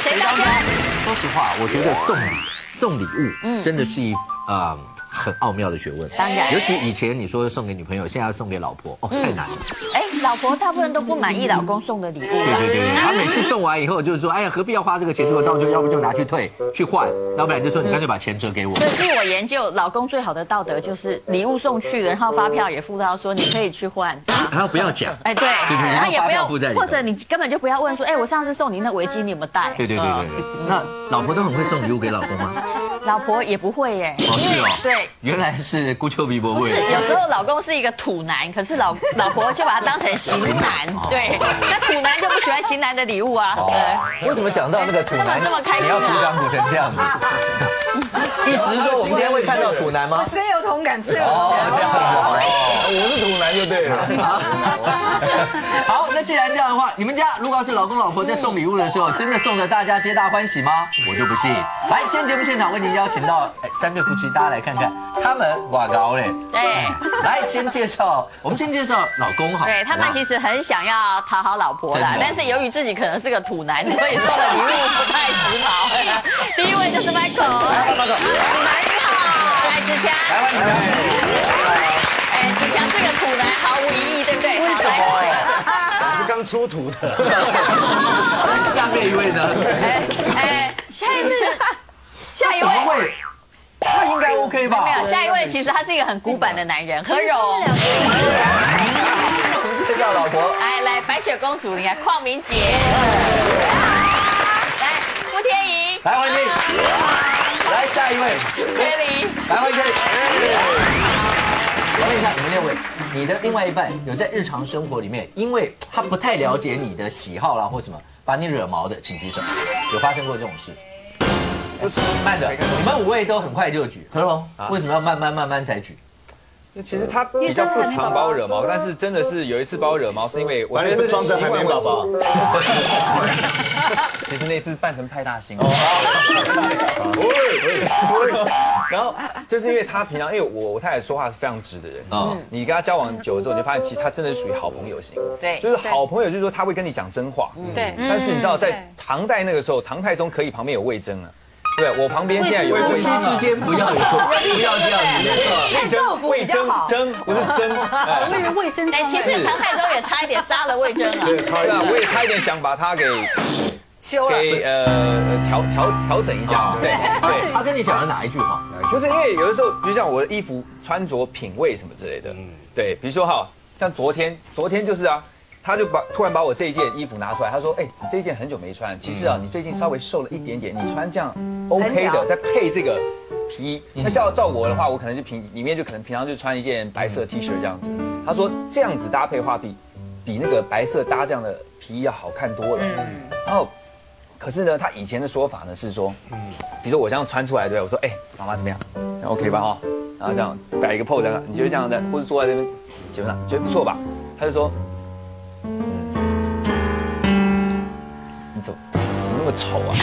谁当家？说实话，我觉得送礼送礼物，真的是一啊、很奥妙的学问。嗯当然尤其以前你说送给女朋友，现在要送给老婆，哦，太难了。哎，老婆大部分都不满意老公送的礼物对对啦。对对，他每次送完以后就是说，哎呀，何必要花这个钱？如果到最后，要不就拿去退去换，要不然就说你干脆把钱折给我。所以据我研究，老公最好的道德就是礼物送去了，然后发票也付到，说你可以去换。然后不要讲。哎，对，对对然后也不然要后发票附在里，头或者你根本就不要问说，哎，我上次送你那围巾你有没有带？对对对对对，那老婆都很会送礼物给老公吗？嗯，老婆也不会耶，哦因是为哦对。原来是孤丘比伯不是贵。，有时候老公是一个土男，可是老 老婆就把他当成型男，哦对，那土男就不喜欢型男的礼物啊。对为什么讲到那个土干嘛男，这么开你心要鼓啊？掌鼓成这样子？意思是说我们今天会看到土男吗？深有同感，深有同感。这样子哦。哦我是土男就对了。 好，那既然这样的话，你们家如果要是老公老婆在送礼物的时候，真的送的大家皆大欢喜吗？我就不信。来，今天节目现场为您邀请到哎三对夫妻，大家来看看他们哇高嘞。对来，先介绍，我们先介绍老公好。对，他们其实很想要讨好老婆啦真的，但是由于自己可能是个土男，所以送的礼物不太时髦。第一位就是 Michael，那个来子强，台湾女哎，子强是个土男，毫无疑义，对不对？为什么？我是刚出土的。下面一位呢？哎哎，下一位，下一怎么位。会？他应该 OK 吧？没有，下一位其实他是一个很古板的男人，何勇。嗯介绍老婆。来来，白雪公主，你看邝明杰，来傅天莹，来，欢迎，来下一位，菲林，来欢迎。我问一下你们六位，你的另外一半有在日常生活里面，因为他不太了解你的喜好啦或什么，把你惹毛的，请举手，有发生过这种事？不是，慢着，你们五位都很快就举，何龙为什么要慢慢慢慢才举？ 其实他比较不常把我惹毛，但是真的是有一次把我惹 毛，是因为我反正是装习成海惯绵 宝宝。其实那次扮成派大星， 然后就是因为他平常，因为我我太太说话是非常直的人，啊，你跟他交往久了之后，你就发现其实他真的是属于好朋友型，对就是好朋友，就是说他会跟你讲真话，对但是你知道在唐代那个时候，唐太宗可以旁边有魏征啊，对啊我旁边现在有夫妻之间不要有，不要这样子，没错。看豆腐比魏较征好，征不是真，哎为了魏征哎，其实唐太宗也差一点杀了魏征啊。对，超是啊，我越。也差一点想把他给修了。给呃调调调整一下哦，对对。他跟你讲了哪一句话？不是因为有的时候，比如像我的衣服穿着品味什么之类的，对，比如说哈，像昨天，昨天就是啊，他就把突然把我这一件衣服拿出来，他说，哎、你这一件很久没穿，其实啊，你最近稍微瘦了一点点，你穿这样 OK 的，再配这个皮衣，那照照我的话，我可能就平里面就可能平常就穿一件白色 T 恤这样子，他说这样子搭配花比比那个白色搭这样的皮衣要好看多了，然后。可是呢，他以前的说法呢是说，比如说我这样穿出来，对不对我说，哎、妈妈怎么样？这样嗯 OK 吧哈、然后这样摆一个 pose，你觉得这样的，或者坐在这边，觉得觉得不错吧？他就说，你怎么怎么那么丑啊？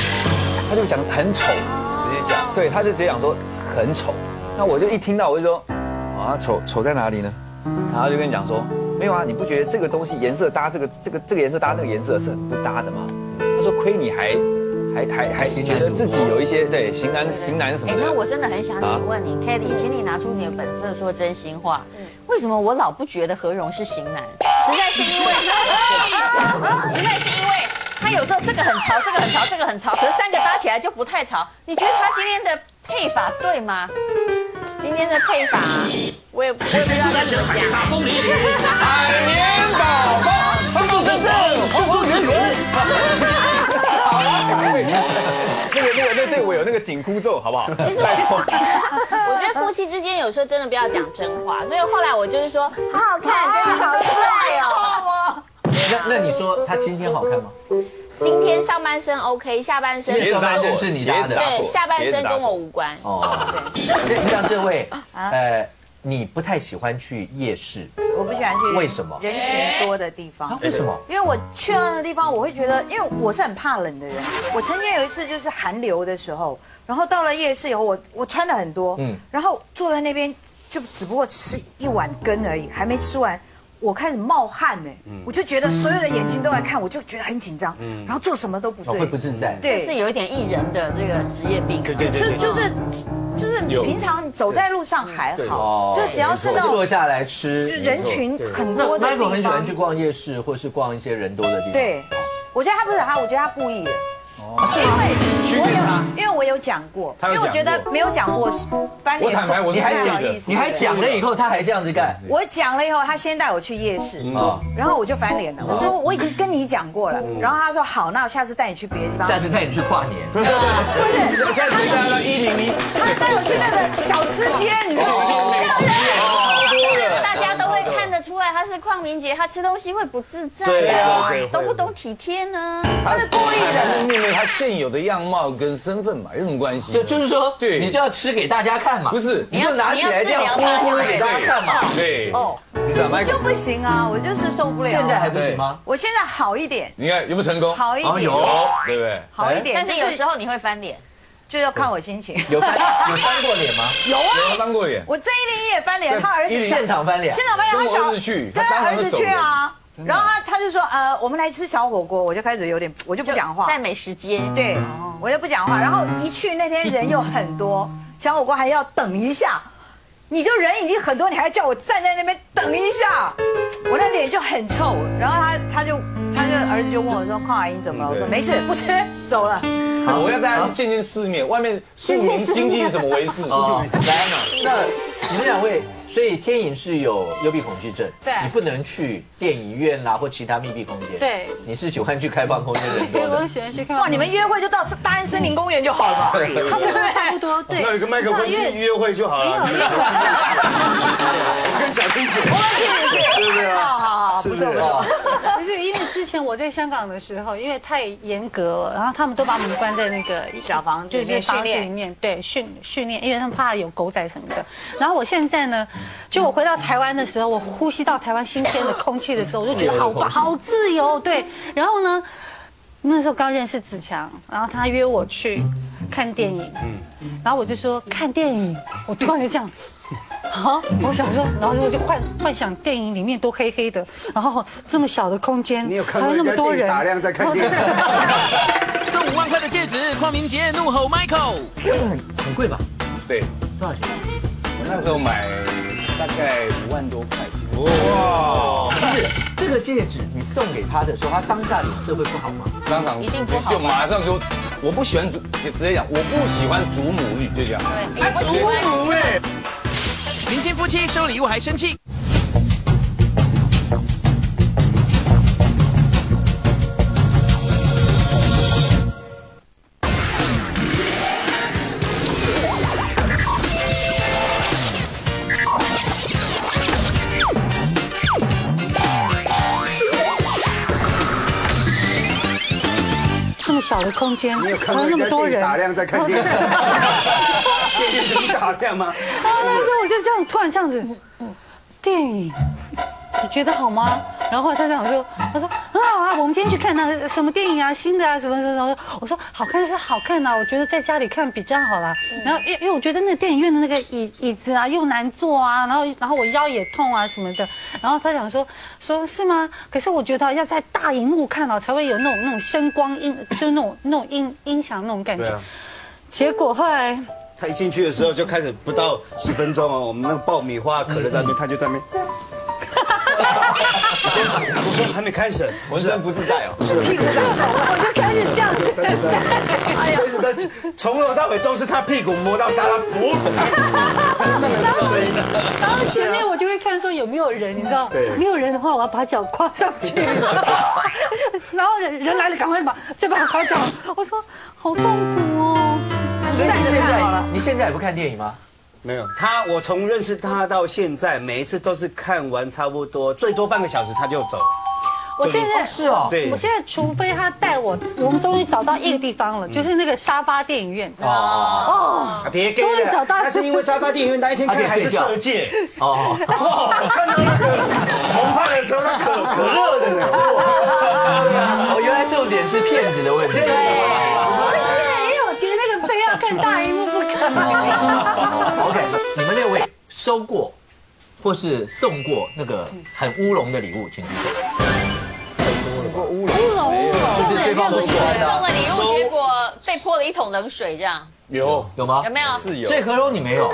他就讲很丑，直接讲，对，他就直接讲说很丑。那我就一听到我就说，啊，丑丑在哪里呢？然后他就跟你讲说，没有啊，你不觉得这个东西颜色搭这个这个这个颜色搭那个颜色是很不搭的吗？他说亏你还还还还型觉男得主自己播有一些对型男型男什么哎，那的。啊我真的很想请问你，Kelly，请你拿出你的本色说真心话。为什么我老不觉得何荣是型男？实在是因为，实在是因为他有时候这个很潮，这个很潮，这个很潮，可是三个搭起来就不太潮。你觉得他今天的配法对吗？今天的配法，啊我也我也不知道该怎么 讲。那个那个那对我有那个紧箍咒，好不好？其实我觉得，我觉得夫妻之间有时候真的不要讲真话，所以后来我就是说，好好看，真的好帅哦。那那你说他今天好看吗？今天上半身 OK，下半身上半身是你搭的打对，错下半鞋子身打跟错我无关。哦，那像这位，呃，你不太喜欢去夜市，我不喜欢去人为什么人群多的地方啊？。为什么？因为我去到那个地方，我会觉得，因为我是很怕冷的人。我曾经有一次就是寒流的时候，然后到了夜市以后，我我穿的很多，嗯嗯，然后坐在那边就只不过吃一碗羹而已，还没吃完，我开始冒汗呢，嗯我就觉得所有的眼睛都在看，我就觉得很紧张，然后做什么都不哦会对不，自在。对，是有一点艺人的这个职业病。对对是对就对，是就是有平常走在路上还好，就只要是那种哦坐下来吃就是人。群很那多的 Michael 很地喜欢方去，逛夜市，或是逛一些人多的地方。对，我觉得他不是他，我觉得他故意的。哦啊因为啊我有，因为我有讲过，因有为我觉得讲过没有讲过翻脸我坦白我不是太故意好的意思。你还讲了以后，他还这样子干我讲了以后，他先带我去夜市，啊！然后我就翻脸了。我说我已经跟你讲过了，然后他说好，那我下次带你去别的地方。嗯下次带你去跨年，现在回家到一零一，他带我去那个小吃街，你知道哦吗？大家都会看得出来，他是邝明杰，他吃东西会不自在对啊的对，懂不懂体贴呢？他是故意看他面对他现有的样貌跟身份嘛，有什么关系？就就是说，对你就要吃给大家看嘛，不是你就拿起来这样你要呼治疗他呼就给大家看嘛。对哦，哦，你知道就 Michael 不行啊，我就是受不了。现在还不行吗？我现在好一点，你看有没有成功？好一哦点，有对不对？好一点。但是有时候候你会翻脸，就要看我心情。有 翻有翻过脸吗？有啊，有翻过脸，我这一零一也翻脸，他儿子现场翻脸现，场翻脸，他跟我小儿子去对他啊当场儿子就走去了啊。然后他他就说呃，我们来吃小火锅，我就开始有点我就不就讲话，在美食街。对，嗯我就不讲话。然后一去那天人又很多，小火锅还要等一下，你就人已经很多，你还叫我站在那边等一下，我那脸就很臭。然后他他就他就儿子就问我说：“邝阿姨你怎么了？”我说：“嗯对没事，不吃，走了。啊好，我要大家去见见世面，外面庶民经济是怎么回事？哦，来嘛，那你们两位，所以天影是有幽闭恐惧症，对你不能去电影院啊啦或其他密闭空间，对，你是喜欢去开放空间人多的，喜欢去看”哇，你们约会就到大安森林公园就好了， 对不差不对？多对那有个麦克风去约会就好了， 跟小兵姐，对不对啊？好好好，是不不错不错。是？不是因为之前我在香港的时候，因为太严格了，然后他们都把我们关在那个小房子就里面是训房子练里面，对训训练，因为他们怕有狗仔什么的。然后我现在呢，就我回到台湾的时候，我呼吸到台湾新鲜的空气的时候，我就觉自由得的好棒，空气好自由。对，然后呢，那时候刚认识子强，然后他约我去看电影，然后我就说看电影，我突然就这 样。啊！我想说，然后我就幻幻想电影里面多黑黑的，然后这么小的空间，你有看还过有那人么家多电影人，打量在看电影？送五万块的戒指，邝明杰怒吼 Michael。很贵吧？对，多少钱？我那时候买大概五万多块钱。不是这个戒指，你送给他的时候，他当下脸色会不好吗？当场一定不好就马上说，我不喜欢祖，直接讲我不喜欢祖母绿，就这样。对，也不足足哎，明星夫妻收礼物还生气。这么小的空间，你有看还有那过人么家多电影人，打量在看电影？电影怎么打量吗？然后哦那时候我就这样突然这样子，电影，你觉得好吗？然后他就想说，他说很好啊，我们今天去看那什么电影啊，新的啊，什么什么什么。我说好看是好看呐、我觉得在家里看比较好啦。然后因为因为我觉得那个电影院的那个椅椅子啊又难坐啊，然后然后我腰也痛啊什么的。然后他想说说是吗？可是我觉得要在大荧幕看啊，才会有那种那种声光音，就是那种那种音音响那种感对觉啊。，结果后来。他一进去的时候就开始不到十分钟哦，我们那个爆米花、可乐在那边，他就在那边。我说我说还没开始，我浑说身不自在哦。屁股长虫了，我就开始这样子。这次他从头到尾都是他屁股磨到沙拉，不，那个那个声音，然后前面我就会看说有没有人，你知道对，没有人的话，我要把脚跨上去，然后人人来了，赶快把再把把脚，我说好痛苦哦。所以你现看好在了你现在也不看电影吗？没有他，我从认识他到现在，每一次都是看完差不多最多半个小时他就走。我现在是哦，对我现在除非他带我，我们终于找到一个地方了，就是那个沙发电影院。哦哦，啊别给终于了找，到那是因为沙发电影院那一天看还是色戒，哦哦，哦，看到那个澎湃的时候，那可可乐的呢，哦，原来重点是骗子的问题。对，因为我觉得那个非要看大荧幕不可。 OK，你们六位收过或是送过那个很乌龙的礼物，请举手。送就是对方不喜欢的送了礼物，结果被泼了一桶冷水，这样有，有吗有？没有？是有所，以何荣你没有，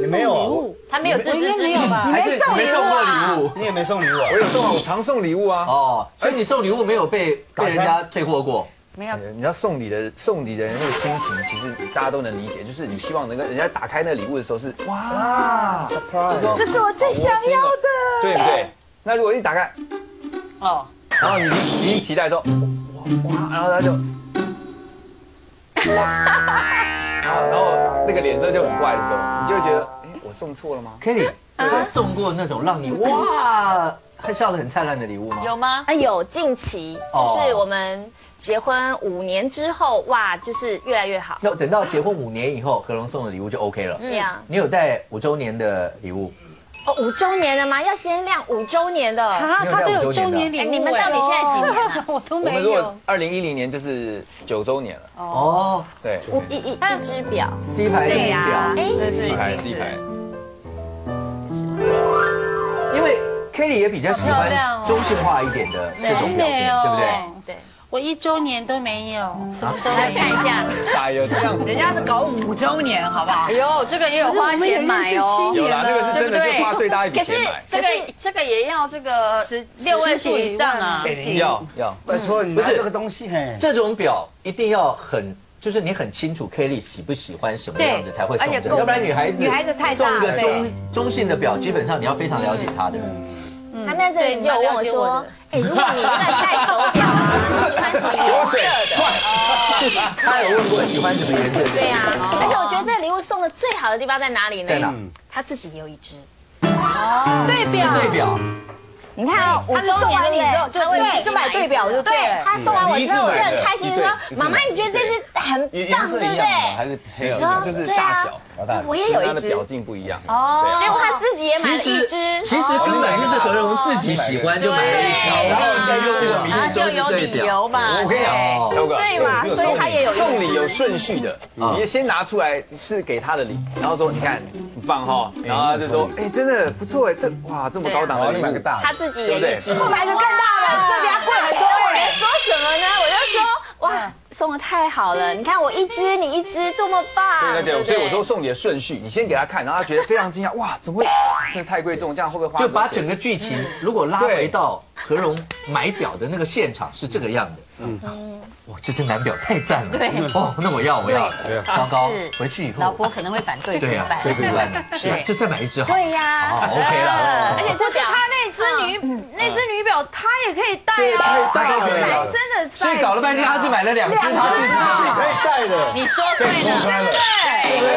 你没有，他没有自知之没明有吧？还是你没送过礼物？你也没送礼物啊我？有送啊，我常送礼物啊。哦，所以你送礼物没有被被人家退货过，没有，你知道送礼的送礼的人那个心情，其实大家都能理解，就是你希望能够人家打开那礼物的时候是哇，这是我最想要的。对不对？那如果一打开，哦，然后你已经你已经期待说，哇哇，然后他就，然后然后那个脸色就很怪的时候，你就会觉得，哎，我送错了吗？ Kelly，他送过那种让你哇，还笑得很灿烂的礼物吗？有吗？啊，有近期就是我们结婚五年之后，哇，就是越来越好。那等到结婚五年以后，何荣送的礼物就 OK 了。对呀，你有带五周年的礼物？哦，五周年了吗？要限量五周年的。啊，他都有周年礼哎，物，你们到底现在几年了？我都哎我们没如果有。二零一零年就是九周年了，哦对，一一一只表。 ，C 牌的表，哎，一排是一排，因为 Kelly 也比较喜欢中性化一点的这种表情，哦对不对？对，我一周年都没有，什么都 来没看一有。下。哎呦，这样子人家搞五周年，好不好哎？呦，这个也有花钱买哦。有啦，那个是真的对是花最大一笔可是钱买，这个这个也要这个十六位数以上啊十，要要。拜托，你拿这个东西，嘿，哎这种表一定要很。就是你很清楚 Kelly 喜不喜欢什么样子对才会送而且这够个，要不然女孩子女孩子太送大一个了中中性的表，基本上你要非常了解她的。嗯他那阵对子就有问我你蛮了解我的：“说哎，如果你真的戴手表啊，是 喜欢什么颜色的她有问过喜欢什么颜色？”的？对呀，啊而且我觉得这个礼物送的最好的地方在哪里呢？在哪？他自己也有一只。对是表，对表，你看哦，五他是周送年完你之后对不对就他会就买对表就对了他送完我之后，我就很开心，你就买是说的对妈妈，你觉得这只很棒，对不对？是黑你说就是对啊大小，我也有它一的只，表径不一样。哦结果他自己也买了一只，其实根本就是何荣自己喜欢就买了一条，对然后再用这个名然后义就说有是对理表。由吧。我跟你对讲，小哥，哦对嘛所以他也有一只送礼有顺序的，你先拿出来是给他的礼，然后说你看很棒哈，然后他就说哎真的不错哎，这哇这么高档的礼物，买个大他自己也一只。对不我买个更大的，这比它贵很多哎。说什么呢？我就说哇，送的太好了！你看我一只，你一只，多么棒！对对对，不所以我说送礼的顺序，你先给他看，然后他觉得非常惊讶，哇怎么会这太贵重，这样会不会花就很多把钱？整个剧情如果拉回到何荣买表的那个现场是这个样子。嗯，哇，这只男表太赞了。对，哦，那我要我要。糟糕是，回去以后老婆可能会反对，怎对么呀，啊办？对怎么办呢？是吧对就再买一只好。对呀，好，OK 了。哦而且这表他那只女那只女表，他也可以戴啊，戴是可以戴男生的 size 啊，所以搞了半天，他是买了两只，他自己自己买。可以带的，你说对了，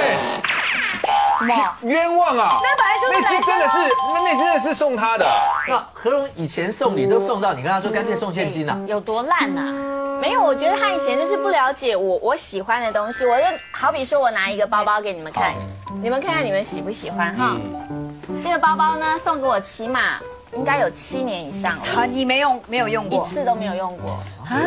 冤枉啊！那本来就是那男生只真的是，那那真的是送他的，那何荣以前送礼都送到，你跟他说干脆送现金啊呐。有多烂啊呐？没有，我觉得他以前就是不了解我我喜欢的东西。我就好比说，我拿一个包包给你们看，嗯你们看看你们喜不喜欢哈。这个包包呢，送给我起码应该有七年以上了，啊，你没用没有用一过，次都没有用过。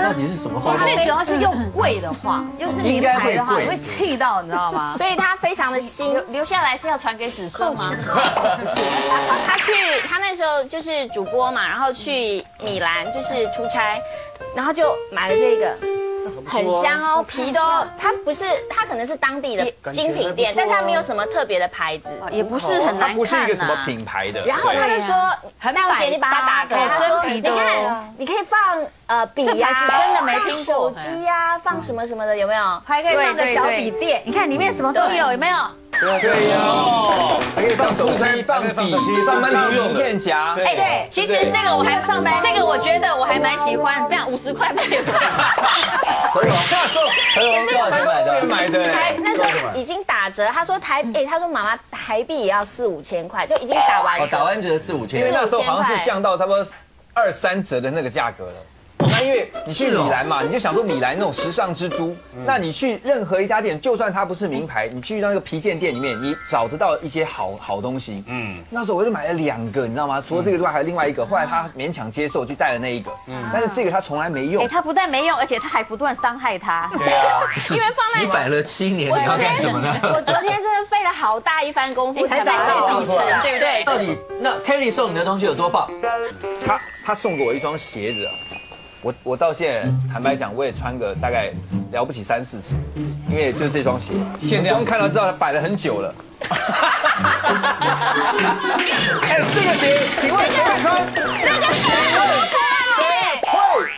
到底是什么方法？最主要是用贵的话，又是名牌的话，嗯你会气到，你知道吗？所以他非常的新，留下来是要传给子孙吗？他去他那时候就是主播嘛，然后去米兰就是出差，然后就买了这个。很啊香哦，皮都它不是，它可能是当地的精品店，但是它没有什么特别的牌子，也不是啊很它难不是一看个啊什么呐。品牌的。然后他对就说：“娜姐，你把它打开，啊百搭他的说真皮你的看，你可以放呃笔这呀，牌子真的没听过放手机呀，啊放什么什么的，有没有？还可以放个小笔垫，你看里面什嗯么都有，有没有？对呀，哦还可以放手机、放放手笔、机上班族用的片夹。哎对对，其实这个我还上班这个我觉得我还蛮喜欢，这样五十 块卖给我。何荣，何荣多少钱买的？哎买的台哎那时干嘛候已经打折，他说台哎，他说妈妈台币也要四五千块，就已经打完哦，打折。完折四五因为千。那时候好像是降到差不多二三折的那个价格了。那因为你去米兰嘛，你就想说米兰那种时尚之都，那你去任何一家店，就算它不是名牌，你去那个皮件店里面，你找得到一些好好东西。嗯，那时候我就买了两个，你知道吗？除了这个之外，还有另外一个。后来他勉强接受，就带了那一个。嗯，但是这个他从来没用哎，。他不但没用，而且他还不断伤害他。对啊，因为放在你买了七年，你要干什么呢？我昨天真的费了好大一番功夫你才才把找这到里成，对不对？到底那 Kelly 送你的东西有多棒？他他送给我一双鞋子啊，我我到现在坦白讲，我也穿个大概了不起三四次，因为就这双鞋，现在光看到知道它摆了很久了。哎，这个鞋，请问谁会穿？会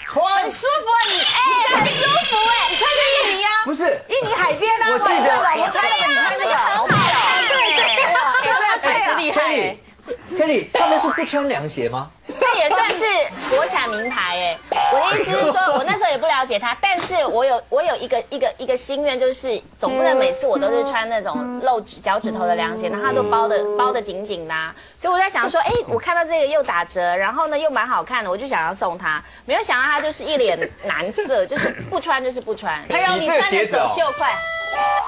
穿舒服啊你，哎，很舒服哎，你穿着印尼啊，不是印尼海边啊，我记得老婆穿那个，你穿那个，好美哦，对对对，哎对对啊啊真厉害， Kelly 他们是不穿凉鞋吗？这也算是国产名牌哎。我的意思是说，我那时候也不了解它，但是我有我有一个一个一个心愿，就是总不能每次我都是穿那种露指脚趾头的凉鞋，然后它都包的包的紧紧的、啊，所以我在想说，哎，我看到这个又打折，然后呢又蛮好看的，我就想要送他，没有想到他就是一脸难色，就是不穿就是不穿。还有你这个穿鞋的子哦走秀快，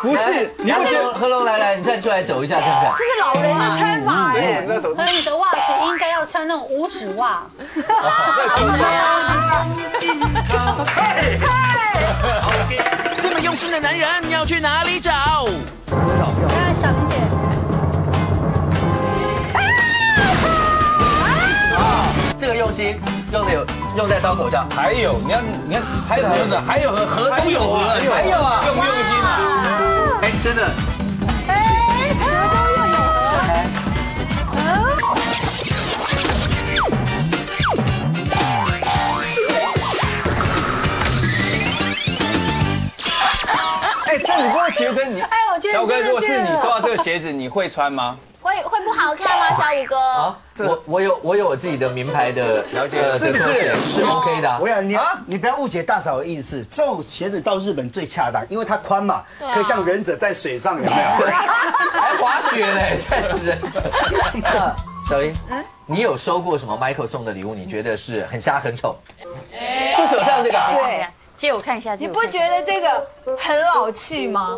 不是，你不觉得？何龙来来，你站出来走一下看看。这是老人的穿法所以我哎们。那种而你的袜子应该要穿那种五指袜，这么用心的男人要去哪里找？那小婷姐。这个用心用的有用在刀口上，还有，你看，你看，还有盒子，还有盒盒中有盒还有啊用不用心啊？哎，真的哎哎，这你不会觉得你，哎，我觉得小你哥，真的如果是你变了收到这个鞋子，你会穿吗？会会不好看吗，小五哥？啊，我我有我有我自己的名牌的了解呃是不是哦的拖鞋是 OK 的啊我。想你你不要误解大嫂的意思，这种鞋子到日本最恰当，因为它宽嘛，啊可以像忍者在水上，有没有？还哎滑雪嘞， 太人 那小林，你有收过什么 Michael 送的礼物？你觉得是很瞎很丑？就手上这个啊，对，借我看一下，你不觉得这个很老气吗？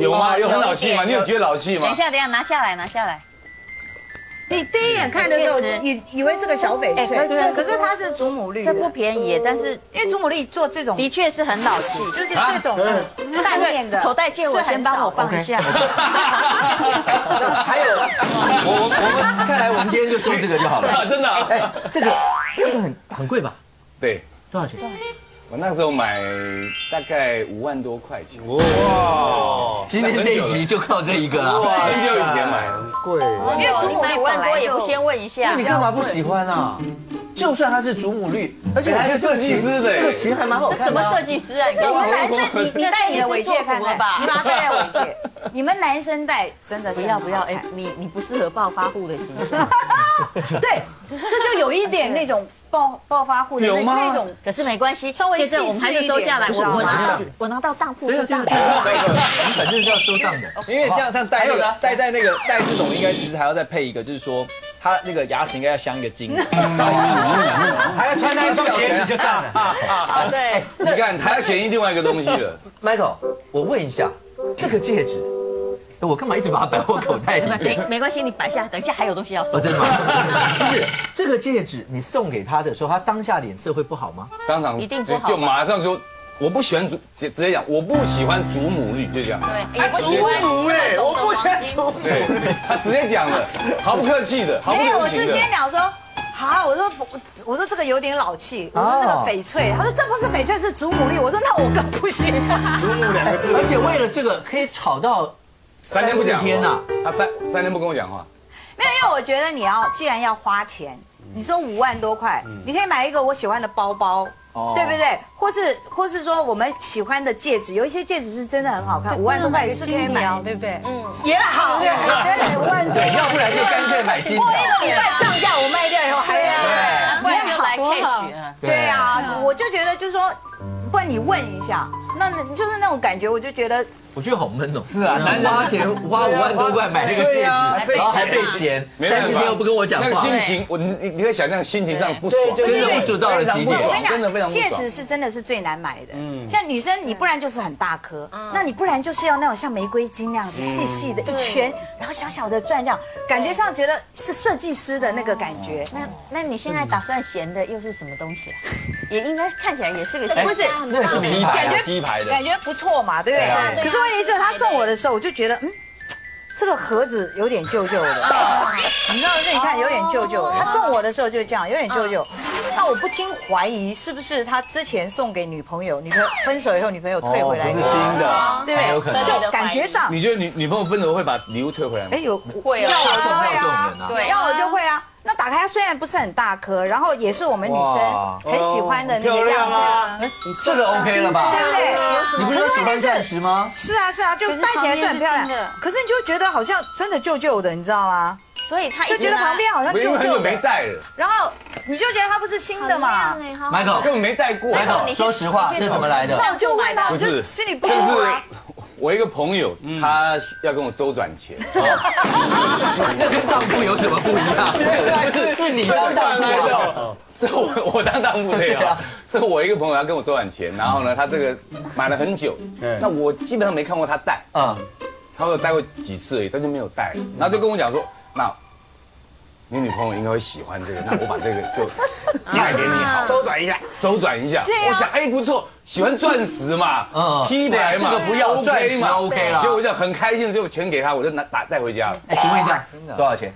有哦啊吗？有很有一老气吗？点你有觉得老气等吗一？下，等一下，拿下来，拿下来。你第一眼看的时候，确实以以为是个小翡哎翠，可是这可是它是祖母绿的，这不便宜，但是因为祖母绿做这种的确是很老气。就是这种大面的头戴借我是先很少帮我放一下。 那还有，啊我我我们看来我们今天就收这个就好啊， 了。真的啊。哎，这个这个很很贵吧？对，多少钱？我那时候买大概五万多块钱，今天这一集就靠这一个了。哇，很久以前买的。贵，因为祖母绿问多也不先问一下那你，干嘛不喜欢啊？就算它是祖母绿，而且我哎哎觉得这个设计鞋师的耶这个鞋还蛮好这 什看的么啊。设计师啊？我们你男生，你你戴你的尾戒看这是做服了看，吧你把它戴在尾戒。你们男生戴真的 是不要不要，哎很好，你你不适合暴发户的形象。看对，这就有一点那种暴暴发户的那那种。可是没关系，稍微现在细致我们还是收下来。一我点我不是拿吗到我拿到当铺啊就当铺。啊你 反正是要收档的。因为像像戴那还有呢个戴在那个戴这种，应该其实还要再配一个，就是说他那个牙齿应该要镶一个金。嗯还要穿那一双鞋子就炸了。哦哎对，你看他要选另外一个东西了。 Michael，我问一下，这个戒指，我干嘛一直把它摆我口袋里面？没没关系，你摆下，等一下还有东西要啊说。哦，真的吗？ 不是，这个戒指你送给他的时候，他当下脸色会不好吗？当场一定不好吧就马上就，我不喜欢祖，直直接讲，我不喜欢祖母绿，就这样。啊对，哎也不喜欢祖母哎，我不黄选金。哎祖母。对，他直接讲了，毫不客气的，毫不没有，留我情是的。先讲说，好，我说我我说这个有点老气，我说那个翡翠，他说这不是翡翠是祖母绿，我说那我更不行。祖母哎两个字，而且为了这个可以吵到三天不三讲四天话呐，他三三天不跟我讲话，没有，因为我觉得你要既然要花钱，你说五万多块，你可以买一个我喜欢的包包。哦对不对？或是或是说我们喜欢的戒指，有一些戒指是真的很好看，五万多块也是可以金买条，对不对？也好。对，对，万多。对，要不然就干脆买金条。一半涨价我卖掉以后还有对，不然就来多好 cash 啊。对啊，我就觉得就是说，不然你问一下，那就是那种感觉，我就觉得我觉得好闷哦。是啊男人花钱花五万多块买那个戒对指，啊还被然后还嫌被嫌，没办三法十天又不跟我讲那个话。心情，我你你你可以想象心情上不爽，对对真的不知道了几不点爽我跟你啊真的非常讲，不爽嗯戒指是真的是最难买的。像女生，你不然就是很大颗，那你不然就是要那种像玫瑰金那样子细细的一圈，然后小小的转这样，感觉上觉得是设计师的那个感觉。那那你现在打算闲的又是什么东西啊？也应该看起来也是个哎不是那也是名牌感啊。觉第一排的感觉不错嘛，对不对啊对？可是问题是他送我的时候，我就觉得嗯。这个盒子有点旧旧的，你知道，这你看有点旧旧的。他送我的时候就这样，有点旧旧。那我不禁怀疑，是不是他之前送给女朋友，女朋友分手以后，女朋友退哦回来不是，新的，对不有可能对？就感觉上，嗯你觉得女女朋友分手会把礼物退回来吗哎？有啊会哦要我就没会有这种啊。人啊。对要我就会啊。那打开它虽然不是很大颗，然后也是我们女哇生很喜欢的那漂个样亮子，啊！这个 OK 了吧对？不对？你不是说喜欢钻石吗？是啊是啊，就戴起来是很漂亮可是旁边是真的，可是你就觉得好像真的旧旧的，你知道吗？所啊以他一就觉得旁边好像我因旧为很久旧没的，戴了，然后你就觉得它不是新的嘛。嘛 Michael，根本没戴过。 Michael，说实话，这怎么来的？那我就问啊他，不我是就心里不就舒是服啊。我一个朋友，他要跟我周转钱， 那跟当铺有什么不一样？是是你当当铺啊？ 是我我当当铺对对啊啊，是我一个朋友要跟我周转钱，然后呢，他这个买了很久，嗯那我基本上没看过他戴， 嗯，他说戴过几次而已，他就没有戴，然后就跟我讲说，那你女朋友应该会喜欢这个，那我把这个就卖给你好了，周转一下，周转一下。对啊我想，哎，不错，喜欢钻石嘛，嗯嗯，T 牌对啊嘛，这个不要 OK 钻石嘛 OK 啦结果我就很开心，就钱给他，我就拿打带回家了，哎，请问一下，多少钱？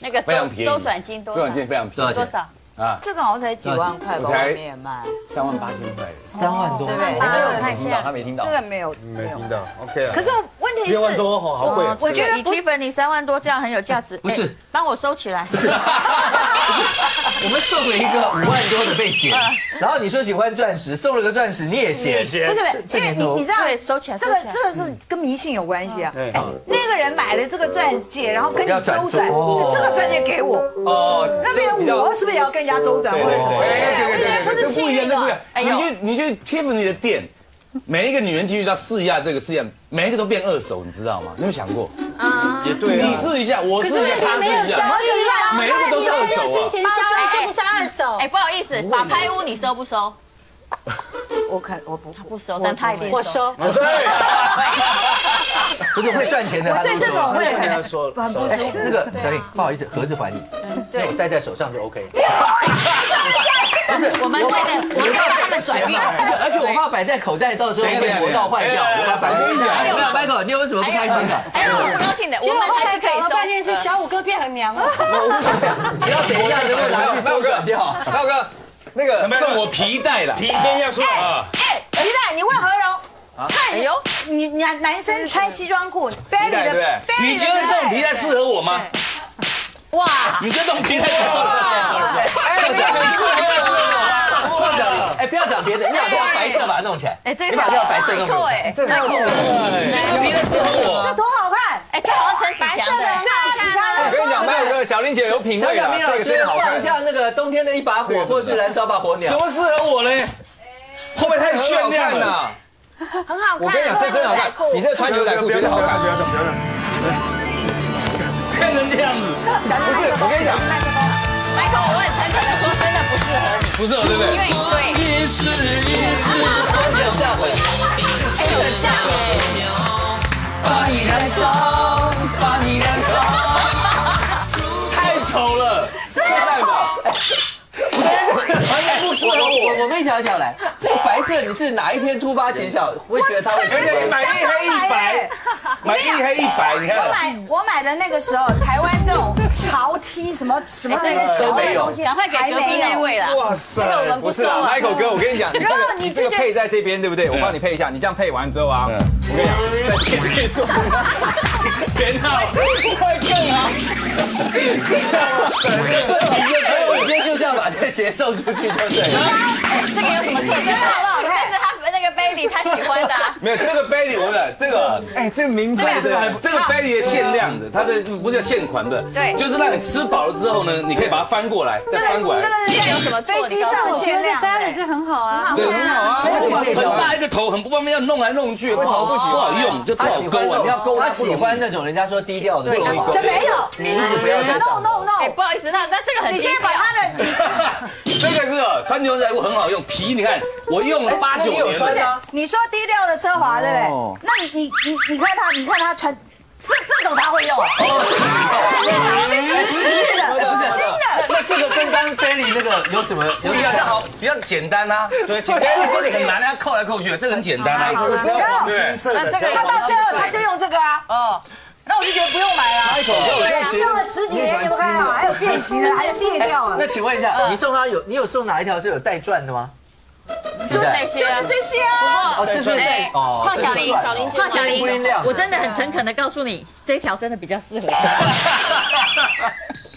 那个非常周便宜。周转金多周转金少？非常便多少宜多钱？少？啊，这个好像才几万块吧，我才外面卖，三万八千块。三万多对不对？八这万个没嗯听到，他没听到这。个没有没没有。听到，OK 啊。可是问题是六，万多，哦，好贵啊。我觉得以不 Tiffany 三万多这样很有价值。不是哎，帮我收起来。我们送了一个五万多的被险， 然后你说喜欢钻石，送了个钻石嗯你也嫌，不谢。是不是，因为你你知道 对，收起来，这收起个来。这个是跟迷信有关系啊。对，那个人买了这个钻戒，然后跟你要转周转，哦这个钻戒给我，哦，那边我是不是也要跟人家周转对或对者什么？对对对，对这不是不一样，这不一样。哎呦你去你去 Tiffany 的店，每一个女人进去都要试一下这个试一下，每一个都变二手，你知道吗？你有没有想过？也对你啊。试一下，我试一下，他试一下，对呀每一个都是二手啊。钱交易就不是二手哎，不好意思，法拍屋你收不收？我看我不他不收，但他一定我收。收。我啊对，不是会赚钱的他都这种说。会跟很他说很不说舒哎服。那个小林，不好意思，盒子还你，对我戴在手上就 OK。我们为了我们要让他们转运。而且我怕摆在口袋，到时候等一下被磨到坏掉，等一我把下它摆在一哎下。呦没有，Michael，你有没有什么不开心啊的？ 哎，我不高兴的，我结们果后还来是可以搞了收。半天是小五哥变很娘了，我无所谓， 只要等一下能够拿去周转掉。大哥，那个怎么样送我皮带啦。皮鞭要说啊，哎，皮带，你问何荣，看哎呦，你男男生穿西装裤皮，Barry 带对的不对？ ，Barry 你觉得这种皮带适合我吗？哇！你觉得这种皮带适合我吗？哎，这种皮带适合我吗不讲，哎，不要讲别的，你把这条白色把它弄起来。哎，这你个把这条白色弄起错来。哎，这要你说，觉得这皮带适合我？多好看，哎，这好像陈子白祥色的，的。那其他我的跟你讲，麦哥，小林姐有品小味小啦，明老这个真师的好放看一。下那个冬天的一把火，或是燃烧把火怎鸟。么适合我嘞？会不会太啊绚烂了、很好看。我跟你讲，这真的好看。你这穿牛仔裤不要绝对动，好不要看，动，不要动，不要动。变成这样子。不是，我跟你讲， Michael，我很诚恳的说，真的不适合你，不是，哦对不因为对，这样下回。很像哎。对？太丑了，真的吧？完全不适合我。我我跟你讲一讲来，这个白色你是哪一天突发奇想会觉得它 会？而且你买一黑一白，买一黑一白，你我看。买我买的那个时候，台湾这种潮 T 什么什么那些潮的东西，赶快给隔壁那位啦。哇这个我们塞，不不是收啊。 ，Michael 哥，我跟你讲，你这然后个你你这这个件配在这边，对不对？我帮你配一下，你这样配完之后啊，我跟你讲，再配这种，全好，会更好。我 今天就这样把这鞋送出去就对了。哎这个有什么错？真的好看，这是他那个 Baby 他喜欢的啊。没有这个 Bailey，我的这个，哎，这个名字这个还不这个 Bailey 的限量的，它的不是现款的，对就是让你吃饱了之后呢，你可以把它翻过来，再翻过来，这个有什么错？飞你机告诉上我的限量，戴了这很好啊。对，很好啊，很大一个头，很不方便，要弄来弄去，不好不好用，就 不他好喜勾欢那啊，种，你要勾他它喜欢那种人家说低调的，不容易勾，这没有你一直不要再，no 上。 no 哎， no，不好意思，那那这个很你低现在把调。他的 这个是哦穿牛仔裤很好用，皮你看我用了八九那你有年穿了。吗？你说低调的奢华，对不哦对？那你你你你看他，你看他穿这这种他会用啊，哎不是，那那这个跟刚 Bailey 那个有什么？有不什一么样，这好比较简单啊。对，简单，因为这里很难，它 扣来扣去，这个很简单啊。我只要黄金色的，那这个他到最后他就用这个啊。哦，那我就觉得不用买了。开口就对啊，用了十几年，你有没有看到？还有变形了，还有裂掉了那，请问一下，你送他有你有送哪一条是有带钻的吗？就那些就啊是。这些啊。哦，这是带哦，邝小这是玲，钻小玲哦邝小不一玲样，我真的很诚恳的告诉你，这一条真的比较适合。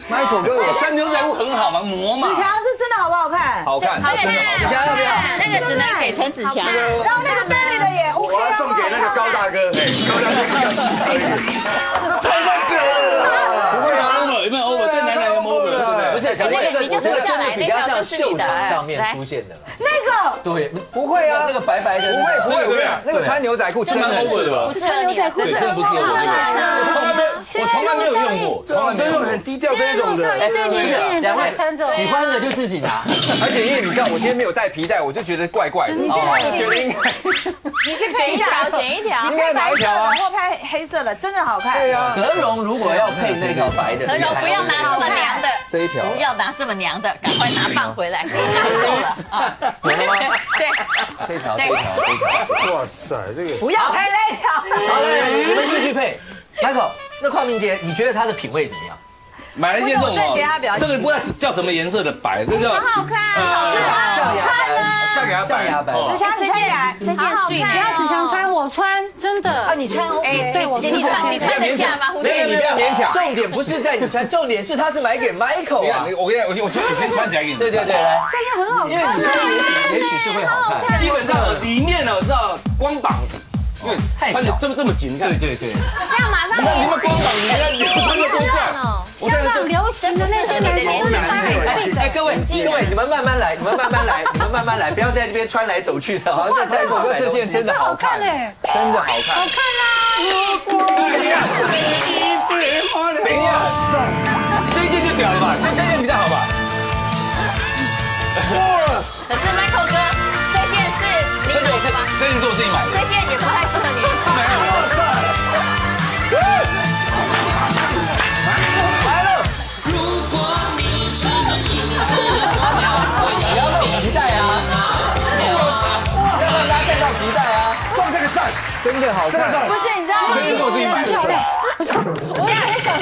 Michael 哥，我穿牛仔裤很好嘛，磨嘛子，强，这真的好不好看？好看，好真的好看。看，那个只能给陈子强。然后那个贝利的也 OK 啊我要送给那个高大哥，高大哥比较喜欢一点。这太那个了，不会啊 over 有没有 over？对男人有没有 over？真的不是，小玲，那个这你个就这个坐下真的来比较那条像就是秀你的场上面来出现的了。那个对，不会啊，那个白白的那个，不会不会，那个穿牛仔裤这真蛮的 over 的吧？是穿牛仔裤对，真的不是 over 的。我从来我从来没有用过，对啊，都用很低调这种的。哎，对年轻人两都位在穿着，喜欢的就自己拿。而且因为你知道，我今天没有带皮带，我就觉得怪怪的，我就觉得应该你去看一下，选一条你。拍白色的或拍黑色的，真的好看。对啊呀，德容如果要配那条白的，何荣不要拿这么娘的，这一条不要拿这么娘的，赶快拿棒回来，已经够了啊！有了吗对，这条这条这条。哇塞，这个不要拍那条。好嘞，我们继续配。Michael，那邝明杰，你觉得他的品味怎么样？买了一件这种我真的觉得它比较哦，这个不知道叫什么颜色的白，这叫好看，啊象啊牙下给他白，象牙摆。白。子强，你穿起来这件好睡不要只想穿，我穿，真啊，的。你穿 OK。对，我你穿你穿。穿得下吗？蝴没有蝶，没有，重点不是在你穿，重点是他是买给 Michael 啊你。看我跟你讲，我我就随便穿起来给你。对对对，，来，这个很好因为你穿也许也许是会好看，基本上里面呢，我知道光膀子，对，太而且小。这么这么紧，你看对。对对，这样马上那你们光膀子，你看你们这个多怪。哦。我现在像流行的那些男生都是穿很贵的。哎，各位各位，你们慢慢来，你们慢慢来，你们慢慢来，不要在这边穿来走去的，好像在我走这件真的好看，哎，真的好看。等一下，这一件就屌了吧？这这件比较好吧？可是 Michael 哥，这件是这你件我买自的吗？己这件是我自己买的。这件也不太适合你穿。不要露皮带啊，要让大家看到皮带啊。送这个赞，真的好这个赞不，是，你知道吗？这是我自己买的我也想。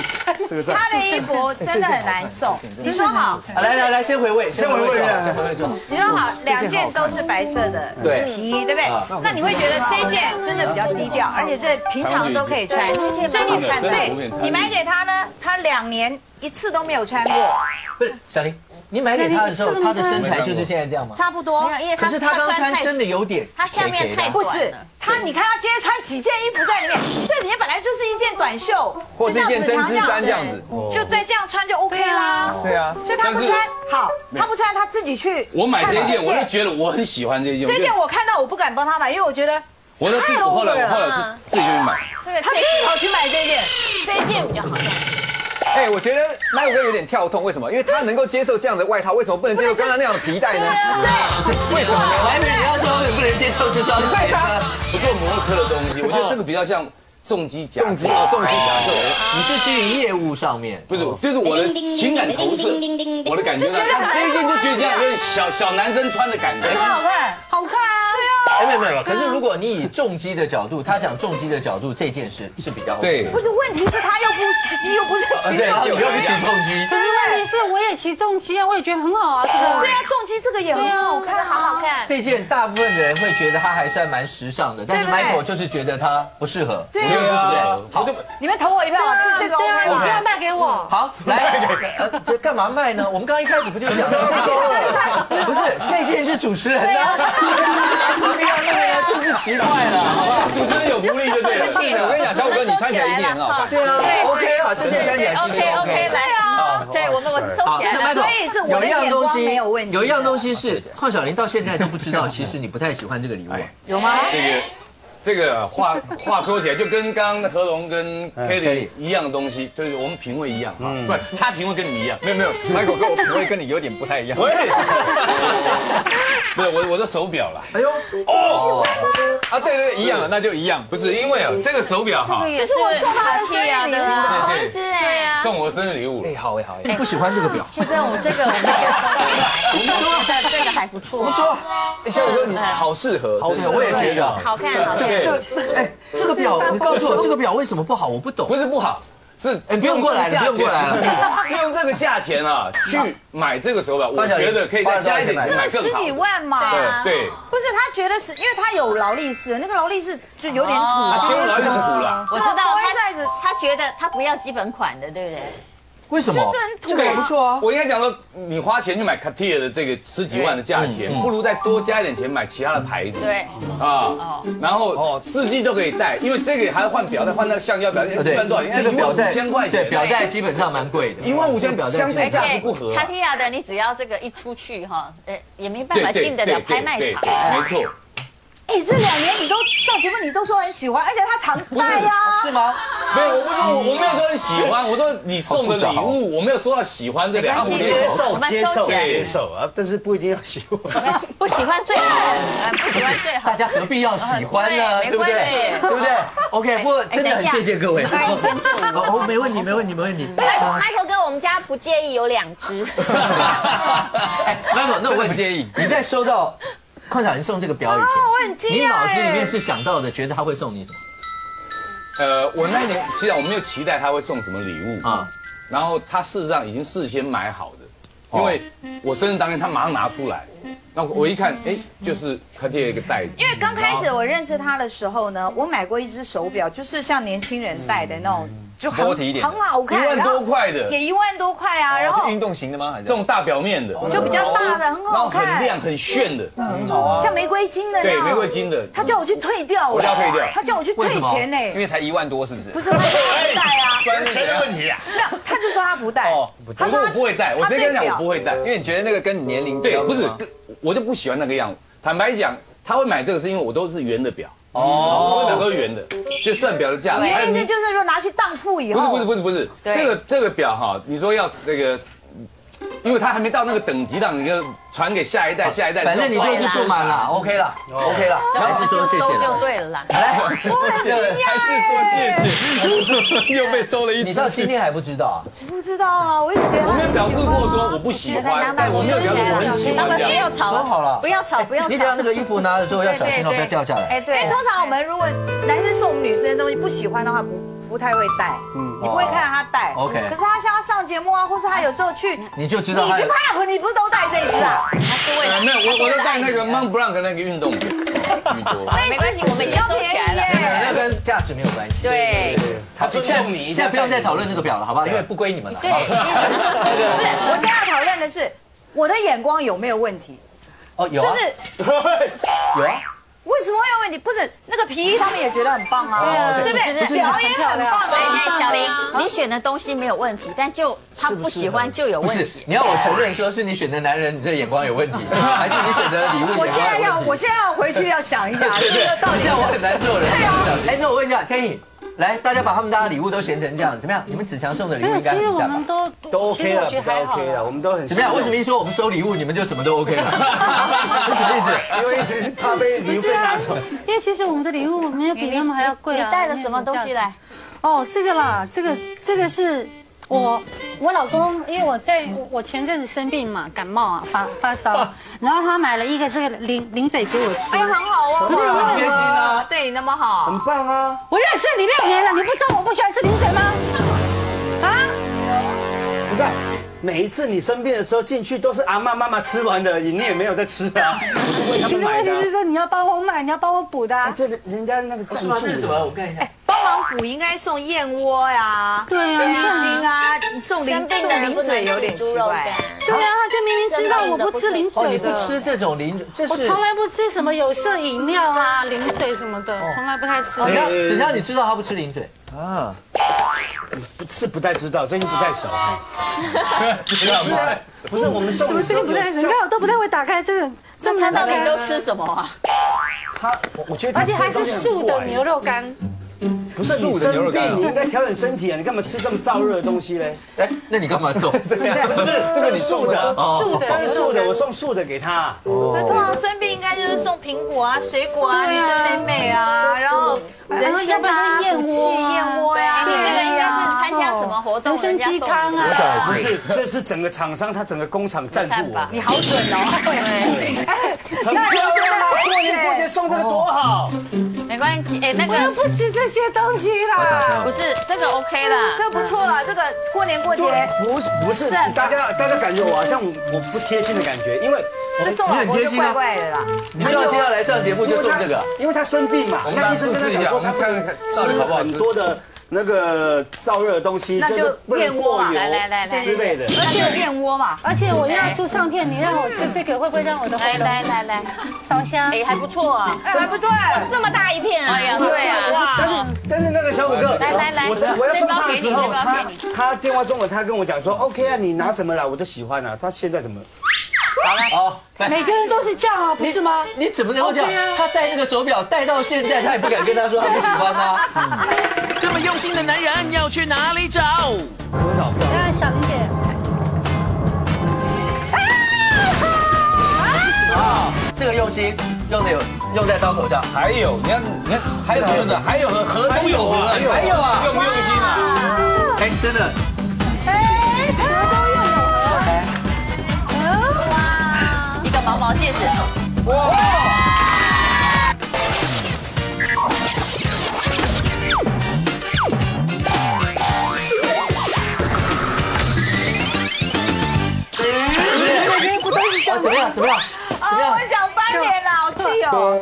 这个赞。他的衣服真的很难送。你说好，好来来来，先回味，先先回味就好啊先回味就好。你说好，两件都是白色的对皮，对不对？那你会觉得这件真的比较低调，而且这平常都可以穿。所以你对，你买给他呢，他两年一次都没有穿过，不是小林，你买给他的时候，他的身材就是现在这样吗？差不多。因为可是他刚穿太真的有点，他下面太不短是了。他，你看他今天穿几件衣服在里 面，这里面本来就是一件短袖，或是一件就像针子织强衫这样子，就再这样穿就 OK 啦。对啊，所以他不但是穿好，他不穿他自己去。我买这一件，我就看觉得我很喜欢这一件。这件我看到我不敢帮他买，因为我觉得我就自己，我后啊来我后来我自自己就去买。这个他自己跑去买这件。这一件比较好看，哎，我觉得那我有点跳痛，为什么？因为他能够接受这样的外套，为什么不能接受刚刚那样的皮带呢？啊为什么呢？完美，你要说你不能接受，就是要啊晒他我做摩托车的东西，我觉得这个比较像重机甲。重击哦，重击啊！你是基于业务上面，不是，就是我的情感投射，我的感觉呢，这一件就觉得这样有点小小男生穿的感觉。好看，好看啊！对啊，哎，没有没有，没有可是如果你以重击的角度，他讲重击的角度，这件事是比较 OK 对的，不是问题是他又不又不是啊骑对，重你机又，不起重击，可是问题是，我也骑重机啊，我也觉得很好啊，这个。对啊，重机这个也很好看啊，好好看。这件大部分的人会觉得他还算蛮时尚的，但是对不对 Michael 就是觉得他不适合，对对啊，不对？好，你们投我一票啊，这这个对啊， OK 你不吧？要卖给我。好，来，呃这干嘛卖呢？我们刚一开始不就讲了吗？不是，这件是主持人啊的，啊 何必要那个呢？啊就是奇怪了，好不好？主持人有福利就对了。我跟你讲，小五哥，你穿起来一定很好看。对啊对，OK 啊，这件穿起来其实 OK OK，来，好对我们我是收好，起来那了。麦总所以是我的眼光没有问题有一样东西是邝小玲到现在都不知道，其实你不太喜欢这个礼物 啊。有吗？这个这个话话说起来，就跟刚刚何龙跟 Kelly Kelly 一样的东西，就是我们品味一样哈，不，他品味跟你一样。没有没有，Michael 哥，我品味跟你有点不太一样。不是我我的手表啦，哎呦，啊，对对，一样了，那就一样。不是因为啊这个手表哈，这是我送他的生日礼物。同一只哎，送我生日礼物了。好哎好哎，你不喜欢这个表，其实我这个我们也收起来，我觉得这个还不错。哎，小五哥你好适合，好适合我也觉得好看，好看。这个哎，这个表 表，你告诉我这个表为什么不好？我不懂。不是不好，是哎不用过来了不用过来了，是用这个价钱啊去买这个手表，我觉得可以再加一点钱这买个更十好几。万嘛，对对，不是他觉得是因为他有劳力士，那个劳力士就有点土他啊，修了就苦了。我知道不会再是哦他他觉得他不要基本款的，对不对？为什么这很？土啊这个也不错啊。我应该讲说，你花钱去买 Cartier 的这个十几万的价钱，不如再多加一点钱买其他的牌子。对啊，然后哦，四季都可以戴，因为这个还要换表带，换那个橡胶表带，呃对赚多少钱？这个表带一万五千块钱，对表带基本上蛮贵的，一万五千表带相对基本价值不合啊卡地亚的，你只要这个一出去哈，呃，也没办法进得了拍卖场对对对没啊。错。哎，这两年你都上节目，你都说很喜欢，而且他常戴呀，是吗？没有，我不是说我没有说很喜欢，我说你送的礼物，我没有说到喜欢这两个哎没关系字。接我受们接收受起来接受啊，但是不一定要喜欢。不喜欢最好，呃，不喜欢最好大。家何必要喜欢呢？对对不对没？哎对不对？OK，不过真等的一很下谢谢各位。哎真的哦，没问题，没问题，没问题。哎 Michael 哥，我们家不介意有两只。哎，那我那我问不介意。你在收到邝小云送这个表以哦前，我很惊你讶脑子里面哎。是想到的，觉得他会送你什么呃，我那年其实我没有期待他会送什么礼物啊啊，？然后他事实上已经事先买好哦的，因为我生日当天他马上拿出来，那我一看，哎，就是他贴一个袋子，因为刚开始我认识他的时候呢，我买过一只手表，就是像年轻人戴的那种，就很多提嗯一点的很好看，一万多块的哦然后也一万多块啊，然后运动型的吗？还是这种大表面的，就比较大的，很然后好很看，嗯亮很炫的，像玫瑰金的那对，种。玫瑰金的，他叫我去退掉，我叫退掉他叫我去退钱呢、因为才一万多，是不是？不是他说他不戴啊，关钱的问题啊，没有，他就说他不戴，哦他我说说我不会戴，我直接跟他讲我不会。会戴，因因为为你觉得那个跟你年龄对高，不是吗，我就不喜欢那个样子。坦白讲，他会买这个是因为我都是圆的表，哦，所有表都是圆的，就算表的价。你还的有意思你就是哦说拿去当铺以不是后，不是不是不是，对这个这个表哈，你说要那个，因为它还没到那个等级，让你就传给下一代，下一代。反正你就是做满了，OK 了，OK 了，对还我是们说就谢谢收就了。对了啦。来， 还是啊说谢谢，又被收了一你只。到今天还不知道啊？不知道啊，我也觉得我他没有很表示喜欢啊过说我不喜欢，但我我没有表示我很喜啊他欢们这不样。要吵，说好了啊不要吵，不要吵。你等一下那个衣服拿的时候要小心哦，对对对不要掉下来。哎，对，因为通常我们如果男生送我们女生的东西不喜欢的话，不不太会戴，你不会看到他戴。哦，OK 可是他像他上节目啊，或是他有时候去，你就知道你他是帕虎，你不是都戴这一只啊？他是为了哎没有，我我都呃戴那个啊 Mont Blanc 的那个运动啊表，居多。没关系，我们已经收起来了。那跟价值没有关系。对他尊重你一下，不用再讨论这个表了，好不好？因为不归你们了。对，好不好不是，我现在要讨论的是我的眼光有没有问题，哦，有就啊，是有啊。为什么会有问题？不是那个皮衣他们也觉得很棒啊，对不不对？是表也很棒所以啊。那小林，你选的东西没有问题，但就他不喜欢就有不问是题，。你要我承认说是你选的男人，你这眼光有问题，还是你选的礼物？我现在要，我现在要回去要想一想，这个到到底这样我很难做人。对啊哎，那我问一下天意，来，大家把他们家的礼物都嫌成这样，怎么样？你们子强送的礼没物有，应该其实很我赞吧们？都都其 OK 实了，我比觉得较还好 OK 了，我们都很怎么样？为什么一说我们收礼物，你们就什么都 OK 了？是什么意思？因为一直怕被礼物被拿走，因为其实我们的礼物没有比他们还要贵啊。你带了什么东西来？哦，这个啦，这个这个是我我老公，因为我在我我前阵子生病嘛，感冒啊，发发烧，然后他买了一个这个零零嘴给我吃哎，。很好啊，很好啊很贴心啊对你那么好，很棒啊！我认识你六年了，你不知道我不喜欢吃零嘴吗？啊？不是啊、每一次你生病的时候进去都是阿妈妈妈吃完的，你也没有在吃啊，我是为他可们是买问的题啊是。说你要帮我买，你要帮我补的、哎啊。这个人家那个赞助这哦是什么？我看一下。帮忙补应该送燕窝呀，对啊鸡精啊，送零生病送的人零不嘴能有点吃奇猪肉怪干。。对啊，他就明明知道我不吃零哦，嘴你不的。吃这种零，这我是从。来不吃什么有色饮料啦、零嘴什么的，从来不太吃。等一下，哎等一下，你知道他不吃零嘴，不是不太知道，最近不太熟。啊干嘛？ 不是我们送怎么的最时候近不太有吃？你像看我都不太会打开这个，这么他到难打底开都。吃什么啊？他，我我觉得而你且吃还东是西很素的怪牛肉干，不是你素的牛生肉干啊病，你应该调整身体啊！你干嘛吃这么燥热的东西嘞？哎，那你干嘛 送？不是， 这个你素的，素的这是牛肉素的，干我送素的给他。那通常生病应该就是送苹果啊、水果啊、对女啊生美美啊，然后人参啊、然后要补不然就是燕气窝啊燕窝呀，你这个应该是呀参加什么活动？人参鸡汤啊。不是，这是整个厂商，他整个工厂赞助看我哎吧，，你好准哦。对，哦很漂亮啊！过年过节送这个多好，哎没关系，哎，那我个又不吃这些东西啦。不是这个 OK 啦，这不错了，这个过年过节，不是不是是啊，大家大家感觉我好像我不贴心的感觉，因为这送老婆就怪怪的啦。你知道接下来上节目就送这个，因为他生病嘛我，们那来医生试试跟他一讲下，我说们他不看能看到底吃好不好很吃。多的那个燥热的东西，那就就是不能燕窝过嘛油啊来来来来之类的。而且燕窝嘛，而且我要出唱片，你让我吃这个，会不会让我的喉嗯来咙来来来，烧香？哎，还不错啊，哎，还不对，这么大一片啊！哎呀，对啊，但是那个小虎哥，来来来我在我要这送包他给的你时候，这包他给你他电话中了，他跟我讲说，OK 啊，你拿什么来我都喜欢啊。他现在怎么？哦，来，每个人都是这样啊，不是吗？你怎么能哦够这啊样？他戴那个手表戴到现在，他也不敢跟他说他不喜欢 嗯他。这么用心的男人要去哪里找？来，小玲姐，啊，这个用心用的有用在刀口上，还有，你看，你看，还有盒子，还有盒，盒中有盒，还有啊，用不用心啊？哎，真的，一个毛毛戒指，啊，怎么样？怎么样？啊，我想翻脸了，好气哦！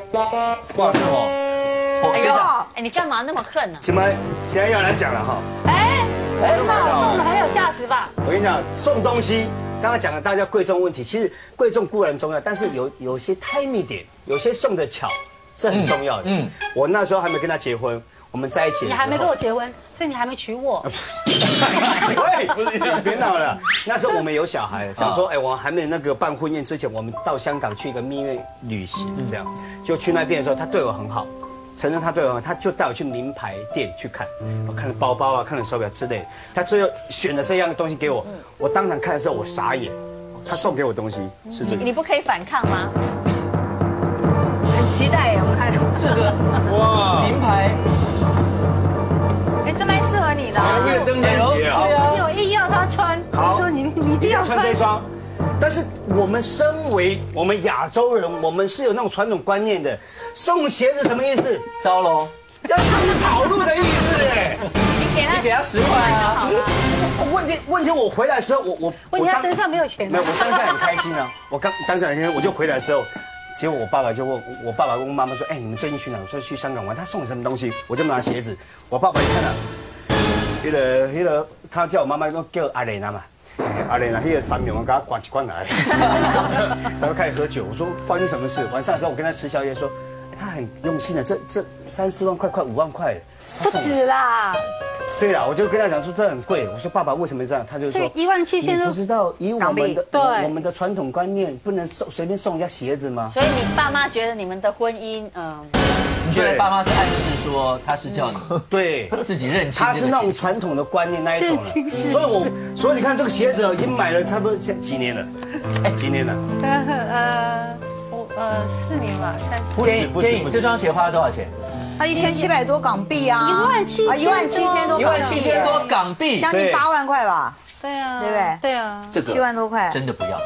哇，是哦，哎呦哇，哎，你干嘛那么恨呢？请问现在要来讲了哈，哎，很好送的，很有价值吧？我跟你讲，送东西，刚刚讲了大家贵重问题，其实贵重固然重要，但是有有些 timing 点，有些送的巧是很重要的。嗯，我那时候还没跟他结婚，我们在一起的时候，你还没跟我结婚，所以你还没娶我。 喂，别闹了。那时候我们有小孩了，想说，哎，我还没那个办婚宴之前，我们到香港去一个蜜月旅行，这样就去那边的时候，他对我很好，承认他对我很好，他就带我去名牌店去看，我看了包包啊，看了手表之类的，他最后选了这样的东西给我，我当场看的时候我傻眼，他送给我东西是这个，你不可以反抗吗？很期待耶，我们看，这个哇，名牌哎，这蛮适合啊你的。还会登美容，天对节啊！啊而且，我硬要她穿，好我说你你一定要穿穿这一。双。但是我们身为我们亚洲人，我们是有那种传统观念的，送鞋子什么意思？糟喽，要上去跑路的意思哎。你给他你给他十块哎啊，问题问题，我回来的时候，我我问题我她当身上没有钱没有，我当下很开心啊。我刚当下很开心，我就回来的时候，结果我爸爸就问我爸爸跟我妈妈说：“哎，你们最近去哪？”我说去香港玩。他送我什么东西？我就拿鞋子。我爸爸一看啊，那个那个，他叫我妈妈说叫阿莲娜嘛。哎阿莲娜，那个三秒我给他管起管来， 他就开始喝酒。我说发生什么事？晚上的时候我跟他吃宵夜，说哎他很用心的，这这三四万块，快五万块，不止啦，对啊啦，我就跟他讲说这很贵。我说爸爸为什么这样？他就这说个一万七千你多不知道以我港币们的对我我们的传统观念，不能送随便送人家鞋子吗？所以你爸妈觉得你们的婚姻，嗯，你觉得爸妈是暗示说他是叫你对。自己认清他这是个那种情传统的观念那一种了对其，实所以我所以你看这个鞋子已经买了差不多现几年了，哎，几年了，呃，我呃四年吧，三四不止况。不建止议不这止，双鞋花了多少钱？他一千七百多港币啊，一万七啊千多一万七千多，一万七千多，港币，将近对八万块吧，对啊，对不对对啊，这七个万多块。真的不要，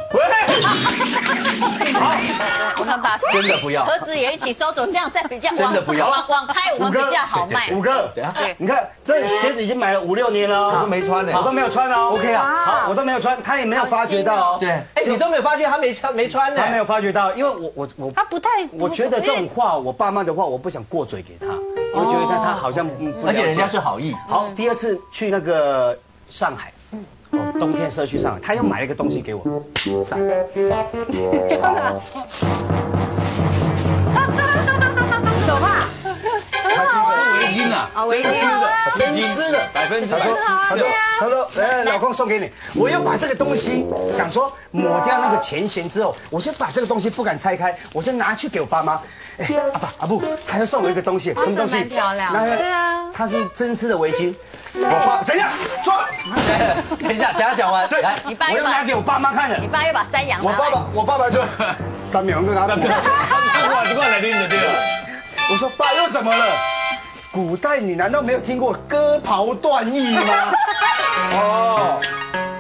我们把真的不要。盒子也一起收走，这样再比较真的不要网网拍我们比较好卖。五哥对啊，你看这鞋子已经买了五六年了我哦，都没穿呢我都没有穿哦，OK 啊，好，我都没有穿，他也没有发觉到哦，对，哎，你都没有发现他没穿没穿呢他没，有发觉到，因为我我我他不太，我觉得这种话，我爸妈的话，我不想过嘴给他，我觉得他好像嗯不了解而且人家是好意，好。第二次去那个上海，哦，冬天社区上海，他又买了一个东西给我，赞。手帕他是一围巾啊，啊，围巾，个真丝的，啊百分之他说他说他说，哎，老公送给你，我又把这个东西想说抹掉那个前嫌之后，我就把这个东西不敢拆开，我就拿去给我爸妈。哎，阿爸阿布，他又送我一个东西，什么东西？蛮漂亮那对啊，它是真丝的围巾。我爸，等一下，抓。等一下，等一下讲完，对，来，你爸我又要拿给我爸妈看的你。爸又把山羊我拿爸来，爸，我爸爸说三秒跟他，啊哇，这块来拎的对了，我说爸又怎么了？古代你难道没有听过割袍断义吗？哦，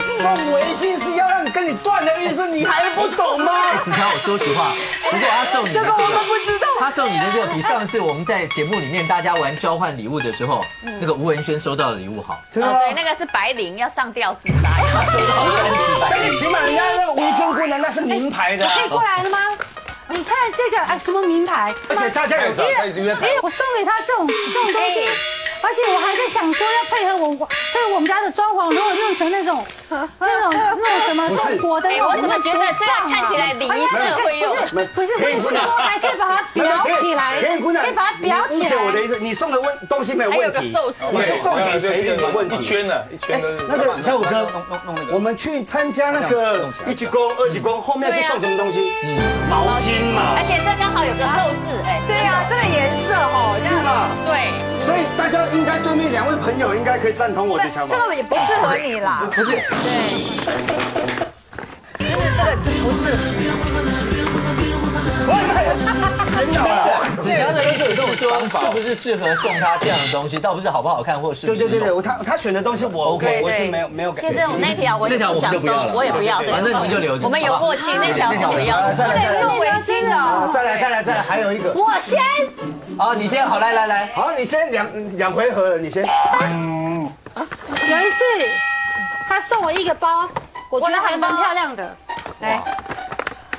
送围巾是要让跟你断的意思，你还不懂吗？子乔，我说实话，如果他送你的这个我们不知道。他送你的这个比上次我们在节目里面大家玩交换礼物的时候，嗯那个吴文轩收到的礼物好， 真的哦吗？对，那个是白绫要上吊自 杀，但是起码人家那个无声姑娘那是名牌的啊，可以过来了吗？你看这个啊，什么名牌？而且大家有在啊约哎，我送给他这种这种东西，哎而且我还在想说要配合我配合我们家的装潢，如果弄成那种那种那种什么不中是国的那哎，种，我怎么觉得这样看起来礼仪社会用？不是不是，我意思是说还可以把它裱起来，田哎姑娘，可以把它裱你误起解我的来。意思，你送的问东西没有问还题有个寿字，你是送给谁的有问一题？圈了，一圈哎都，那个小五哥弄弄弄那，个我们去参加那个一鞠躬、二鞠躬，后面是送什么东西？嗯毛巾嘛哎而，且这刚好有个寿字，哎，对啊呀，这个颜色哦，是嘛？对，所以大家应该对面两位朋友应该可以赞同我的想法这。个也不适合你啦，不是就是这个不适合。真的啊，子乔的意思是说是不是适合送他这样的东西，倒不是好不好看或是不是对对对对，有我他他选的东西我 OK 我我是没有没有感像这觉。种那条我也那条不我们想就不要了，收，我也不要，反正你们就留着，我们有好不好默契，那条是不要好的了，。再来再来送围巾啊的，再来再来再来，还有一个。我先，啊，你先好，来来来，好，你先两两回合了，你先。有一次他送我一个包，我觉得还蛮漂亮的，来。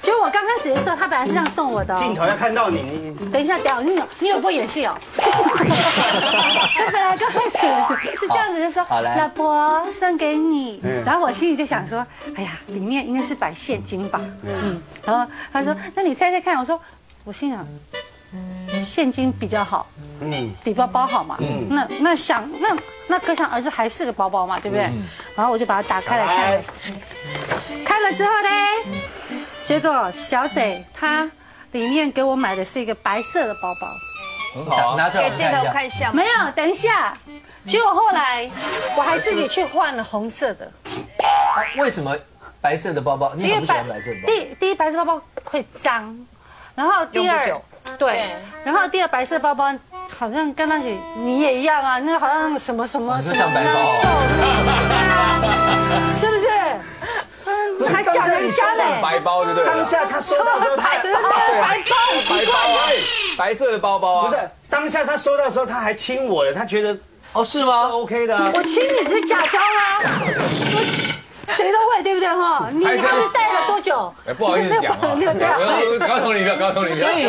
结果我刚开始的时候，他本来是这样送我的哦、镜头要看到你，你你等一下，屌，你有你有过演戏哦？他本来刚开始是这样子，就说好好来老婆送给你嗯，然后我心里就想说，哎呀，里面应该是摆现金吧，嗯，然后他说，那你猜猜看，我说，我心想，现金比较好，嗯，比包包好嘛，那那想那那可想而知还是个包包嘛，对不对？然后我就把它打开来看来，，看了之后呢，结果小嘴她里面给我买的是一个白色的包包。很好啊，拿出来我给们镜看头一下。看一下嘛。没有，等一下。结果后来我还自己去换了红色的，为什么白色的包包？你很不喜欢白色的包包？第第一白色包包会脏，然后第二用对，然后第二白色包包好像跟那些你也一样啊，那个好像什么什么你说什像么白包难受，是不是？不嗯，是还叫人家当下你说嘞，白包就对当了。下他收到的时候，他白包白包，白包啊，白色的包包啊，哎不是当下他收到的时候，他还亲我了，他觉得哦，是吗？ OK 的啊。我亲你是假装啊，我谁都会对不对哈？你拍还照是戴了多久？哎，不好意思讲啊， 没有戴好。我高同你不要，高同你不要。所以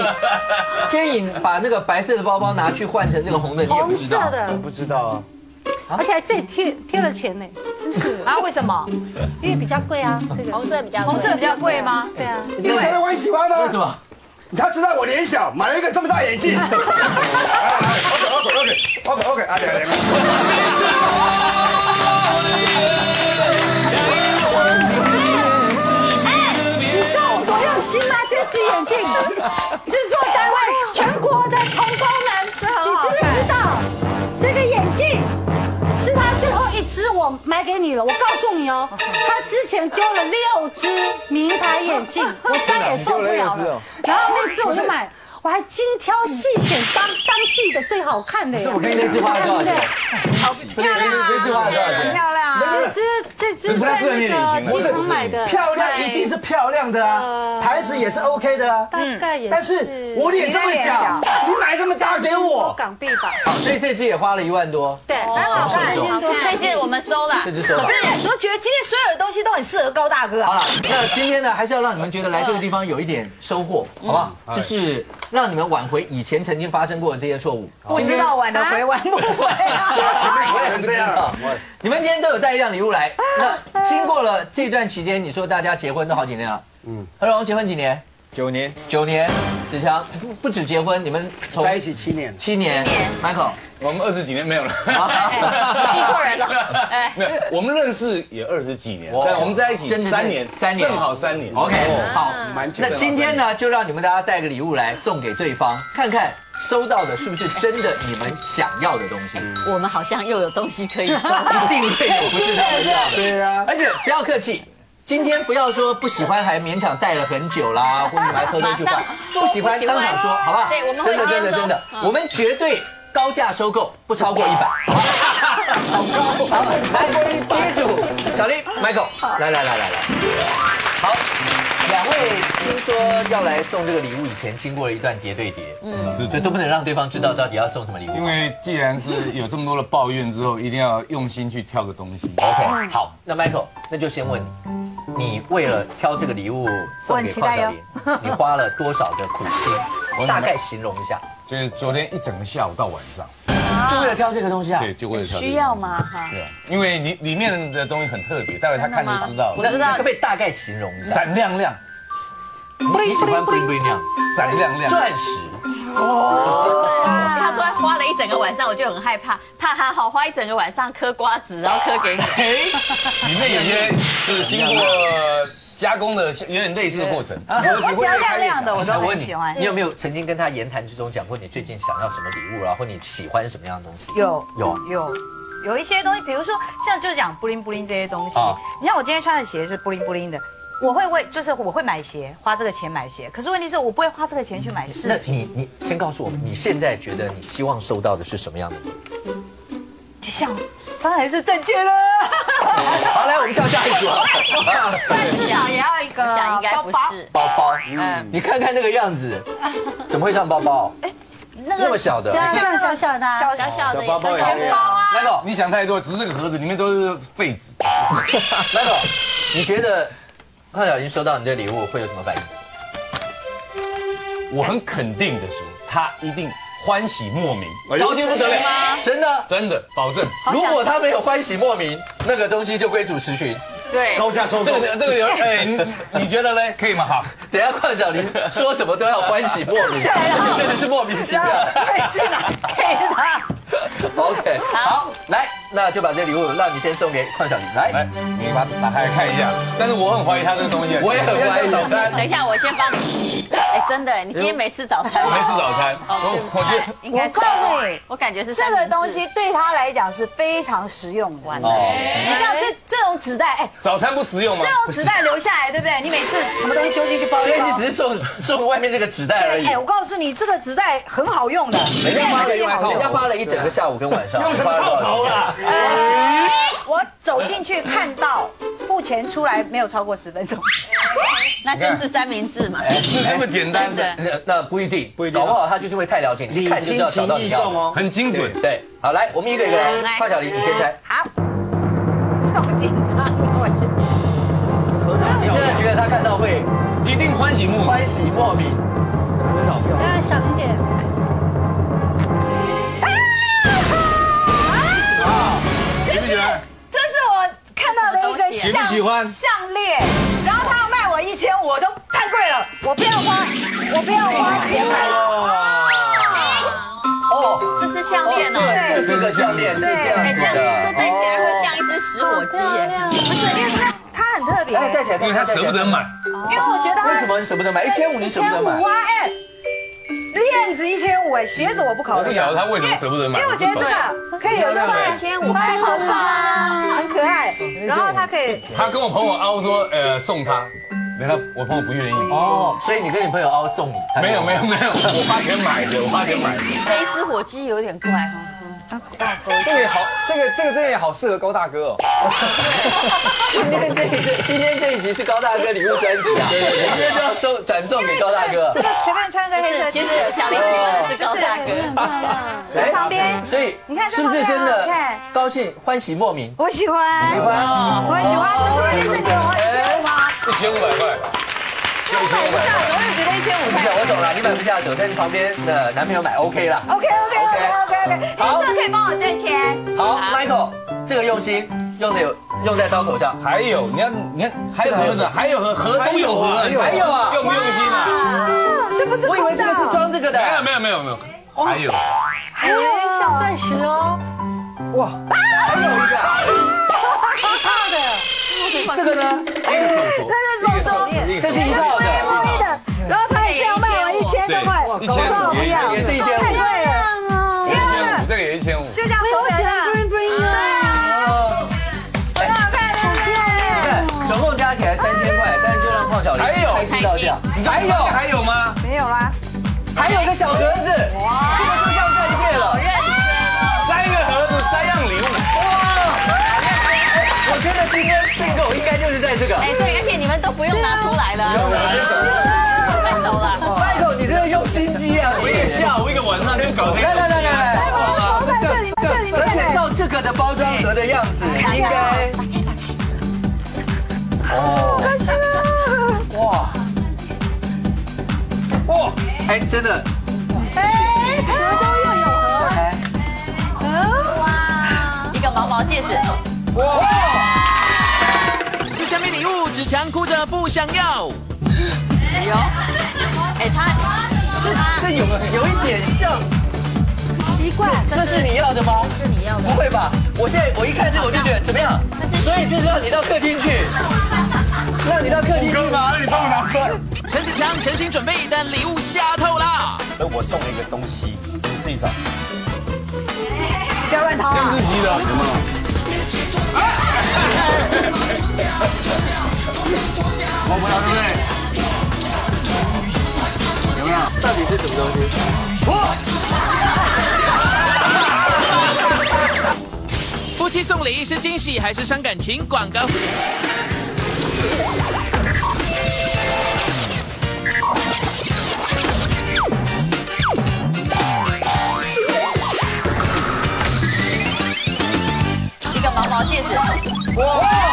天颖把那个白色的包包拿去换成那个红的，你也不红知色道。的，不知道啊，而且还自己贴贴了钱呢，真是的，啊？为什么？因为比较贵啊，这个红色比较红色比较贵吗？对啊，你真的会喜欢吗？为什？么？他知道我脸小，买了一个这么大眼镜。OK OK OK OK OK，啊两两。你知道我多用心吗？这只眼镜，制作单位全国的同胞们，是很好你知不知道这个眼镜？是他最后一只我买给你了，我告诉你哦，他之前丢了六只名牌眼 镜，我再也受不了哦了。然后那次我就买，我还精挑细选当当季的最好看的耶，是我跟你那只花了多少钱？好漂亮啊！那只花了多少很钱？漂亮啊！这只这只在那个机场买的，漂亮一定是漂亮的啊，牌子也是 OK 的啊。大概也但是我脸这么小，你买这么大给我，港币哦吧，好，所以这只也花了一万多。对，好看三千多，这次我们收了这，只收了。我觉得今天所有的东西都很适合高大哥好啊。了，那今天呢，还是要让你们觉得来这个地方有一点收获，嗯好不好？哎就是让你们挽回以前曾经发生过的这些错误。不知道挽得回挽不回啊？前面穿成这 样，你们今天都有带一样礼物来。那经过了这段期间，你说大家结婚都好几年了，嗯，何荣结婚几年？九年，九年。子强不不止结婚，你们从在一起七年了，七年。Michael，我们二十几年 没有了，哎记错人了，哎， 没有，我们认识也二十几年，但我们在一起真的三年，三年正好三年。哦 OK，好。哦蛮久那的。今天呢，就让你们大家带个礼物来送给对方，看看收到的是不是真的你们想要的东西。嗯我们好像又有东西可以 收。一定会有不是他们要的。对啊，而且不要客气，今天不要说不喜欢还勉强带了很 久啦，或者你们还喝多一句话马上，说不喜欢不喜当欢场说，好不好？对我们会真的接真的受嗯真的，我们绝对。高价收购不超过一百，好不好？好高，好，来，憋住，小丽，Michael，来来来来来，好，两位听说要来送这个礼物以前，经过了一段叠对叠，嗯，是所以都不能让对方知道到底要送什么礼物。因为既然是有这么多的抱怨之后，一定要用心去挑个东西。 OK，好，哎那 Michael，那就先问你，你为了挑这个礼物送给邝小莲，你花了多少的苦我心？很大概形容一下，就是昨天一整个下午到晚上，就为了挑这个东西啊？对，就为了挑这个需要吗？哈，对啊，因为里里面的东西很特别，待会他看就知道 我那了。知道你可不可以大概形容一下？闪亮亮，你喜欢 bling bling 那样闪亮亮，钻石，他说花了一整个晚上，我就很害怕，怕他好花一整个晚上嗑瓜子，然后嗑给你。里面有些就是经过加工的，有点类似的过程。我只要亮亮的我都那我问很你喜欢，。你有没有曾经跟他言谈之中讲过你最近想要什么礼物啊，或你喜欢什么样的东西？有有啊有有一些东西，比如说像就讲布灵布灵这些东西啊。你看我今天穿的鞋是布灵布灵的，我会为就是我会买鞋，花这个钱买鞋。可是问题是我不会花这个钱去买那饰品，你你先告诉我们，你现在觉得你希望收到的是什么样的礼物？就像当然是正 确了。好，来我们跳下一 组啊。但至少也要一个我想应该不包包是，包包，嗯你看看那个样 子，怎么会上包包？那那么小的对啊，这样小小小的啊小小小小的小包包也可以也啊那个你想太多，只是这个盒子里面都是废纸。那个，你觉得潘晓云收到你这礼物会有什么反应？我很肯定的说，他一定欢喜莫名，高兴不得了，啊真的，真的保证。如果他没有欢喜莫名，那个东西就归主持群。对，高价收这购个，这个有哎， 你你觉得呢？可以吗？好，等一下邝 小林说什么都要欢喜莫名，啊真的是莫名其妙。去哪去哪？ OK，好，来，那就把这礼物让你先送给邝小林。来来，，你把它打开来看一下。但是我很怀疑他这个东西，我也很怀疑早餐等一下我先帮你。哎，真的，你今天没吃早餐我吗？没吃早餐，对我不我觉对得应该我告诉你我感觉是三这明治个东西对他来讲是非常实用的完。了。哦，你像这这种纸袋，哎，早餐不实用吗这？种纸袋留下来，对不对？你每次什么东西丢进去包所以一你包只。是送送外面这个纸袋而已对，。哎，我告诉你，这个纸袋很好用的，人家花了一很好人用家花了一整个下午跟晚上，用什么套头啊？我走进去看到，付钱出来没有超过十分钟。那就是三明治嘛。那么简单的，哎那那不一定，不一定啊搞不好他就是会太了解你，礼一看就知轻道找情到你意要的重。哦。很精准。对，好，来，我们一个一个来。来邝小林，你先猜。好，好紧张啊，我是合照你票真，的觉得他看到会一定欢喜莫名。欢喜莫名？合照票。那小林姐，喜不喜欢？这是我看到的一个喜不项喜欢？项链，然后他要卖我一千五，我说太贵了，我不要花，我不要花钱买。哦，这是项链哦哦。这是个项链，是这样哎，子这样这的。戴起来会像一只食火鸡耶。不是，因为它它很特别，哎，戴起来，因为他戴起舍来不得。买，因为我觉得它为什么你舍不得买？一千五你一舍不千得买五？啊，哎，链子一千五，哎，鞋子我不考我虑。哎不晓得他为什么舍不得买。因为我觉得这啊个可以有这种一千五还好吧？啊很可爱，然后它可以他跟我朋友凹说，呃，送他，没有，我朋友不愿意。哦，所以你跟你朋友凹送你？他没有没有没有，我花钱买的，我花钱买的。这一只火鸡有点怪哦哈。这个也好，这个这个真的也好适合高大哥哦。今天这一今天这一集是高大哥礼物专辑啊，我们今天就要送转送给高大哥这。个随便穿个黑色 T 其实恤，小林喜欢的是高大就是哥。在旁边，所以你看这是不是真旁边啊的你看高兴欢喜莫名？我喜欢，喜欢。哦我喜欢，我一千五，我一千五吗？一千五百块，我买不下，永远觉得一千五不太是，。我懂了，你买不下手，但是旁边的男朋友买 OK 啦。 OK OK OK OK OK，好你这可以帮我挣钱。好，Michael，这个用心用的有用在刀口上。还有你看你看还有盒子，还有盒盒中有盒，还有啊用不用心啊？这不是我以为空这个是的，装这个的，没有没有没有没有，还有还有像钻石哦，还有一个，这个呢，那是手手链，这是一套的，故意的。然后他也这样卖我一千多块，我说我不要，也是一千太五。贵了，一千五，这个也一千五，就这样收人了。很好看，很漂亮。看，总共加起来三千块，但是就让胖小林还有开心到这样。还有还有吗？没有啦，还有一个小盒子，这个哦就像钻戒了。三个盒子三样礼物，我觉得今天哎们都不用拿出来了，快走了。 Michael，你这个用心机啊！我一个下午一个晚上就搞这来来个，来来来，我头在这里，这里而且面。照这个的包装盒的样子，应该。哦。哇。哇，哎，真的。哎，一个毛毛戒指，德州又有。哇。是下面礼物，只强哭着不想要。有，哎，他这这有有一点像。奇怪，这是你要的吗？这是你要的不，会吧？我现在我一看这个我就觉得怎么样？所以就是让你到客厅去，让你到客厅去吗？你帮我拿出来。陈子强诚心准备，但礼物吓透啦。而哎我送了一个东西，你自己找。不要乱掏啊！自己的，摸不到对不对？ 夫妻送礼是惊喜还是伤感情？广告。一个毛毛戒指，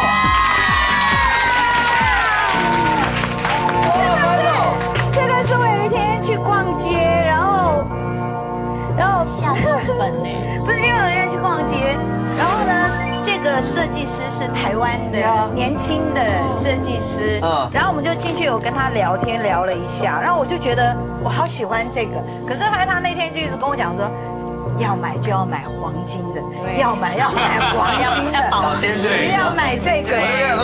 这个是我有一天去逛街，然后，然后本呢？不是因为我要去逛街，然后呢，这个设计师是台湾的年轻的设计师嗯，然后我们就进去有跟他聊天聊了一下，然后我就觉得我好喜欢这个，可是后来他那天就一直跟我讲说。要买就要买黄金的，要买要买黄金的要，保老先生，不要买这个，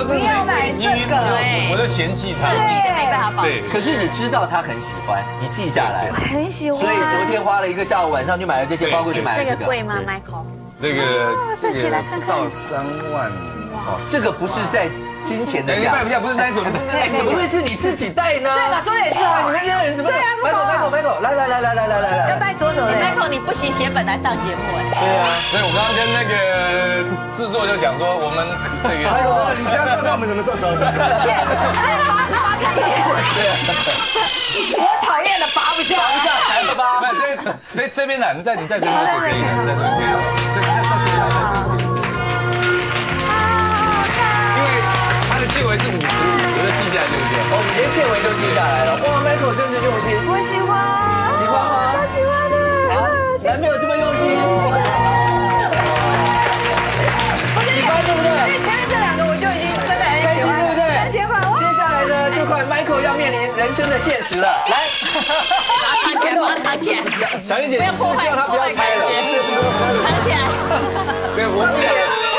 不要买这个，我在嫌弃他。没办法保。对，可是你知道他很喜欢，你记下来了。很喜欢。所以昨天花了一个下午，晚上就买了这些，包括就买这了个这个。贵吗，Michael？这个这个来看不看到三万哦，这个不是在金钱的哎，你价卖值不。下，不是那一种，你哎，怎么会是你自己带呢？对吧？说的也是啊，你们你们这些人怎么？对啊怎么搞啊 Michael Michael Michael，来来来来来来来要来，带左手的。 Michael，你不行写本来上节目哎，所以我刚刚跟那个制作就讲说，我们这哎个呦，你这样说，我们怎么送？走走。我讨厌的拔不下拔不来。下来了吧？这这这边来，你在你在这边我可以，你在这边可以，在在在这边。因为它的气味是五十，我就记下来对不对？我们哦连建伟都记下来了。哇，Michael 真是用心，我喜欢，喜欢吗超喜欢啊的。男朋友这么用心，喜欢对不对？因为前面这两个我就已经真的很喜开欢了，心对不对很喜欢。哇接下来呢，这块 Michael 要面临人生的现实了。来，马上钱，马上钱，小燕姐，不要破坏破坏感觉，藏起来。对，我不想。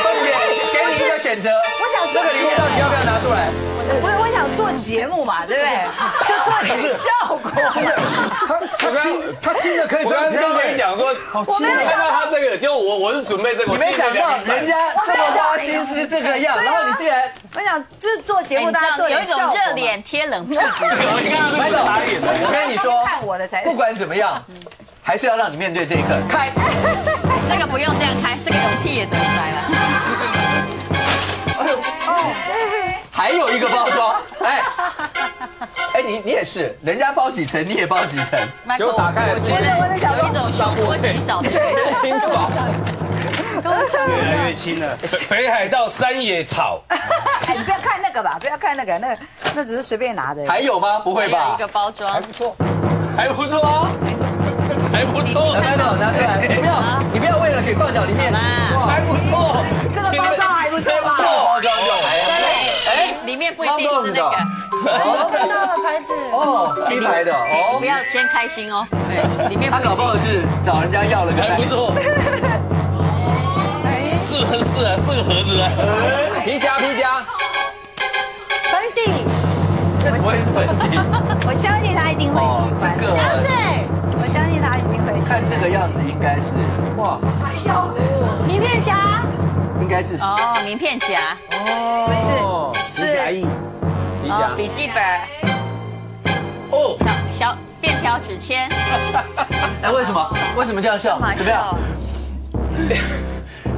凤姐，给你一个选择，我想这个礼物到底要不要拿出来？不是，我想做节目嘛，对不对？就 做点效果。他他亲他亲的可以我这刚样刚刚跟你子。讲说，我没有想看到他这个，结果我我是准备这个，你我没想到人家这么花心思这个样，然后你竟然我想就是做节哎你知目，大家道做有点一效种果嘛热。脸贴冷屁股，你看他这个打脸我跟你说，看我的才不管怎么样，还是要让你面对这一刻。开，这个不用这样开，这个有屁也得出来了。还有一个包装，哎，哎，你你也是，人家包几层，你也包几层，结果打开我觉得有一种雄多吉少的感觉。听懂。越来越亲了。北海道山野草，哎你不要看那个吧，不要看那个，那那只是随便拿的。还有吗？不还会有吧一个？包装，还不错啊，还不错拿，开走，拿出来，你不要，你不要为了给放脚里面，还不错。这个包装还不错吧？包装就还哎，里面不一定是那个。看到了牌子，哦，黑白的哎你哦不。要先开心哦，对，里面他搞不好是找人家要了个哎还不来，错，是啊是啊，是个盒子啊，皮夹皮夹，粉底，那怎么会是本地？我相信他一定会哦，喜欢这。个我相信他一定会喜欢。看这个样子应该是哇，哎呦，名片夹，应该是哦，名片夹、不是哦，是皮哦夹，笔记本、哦，小便条纸签，哎，为什么？为什么这样笑？怎么样？？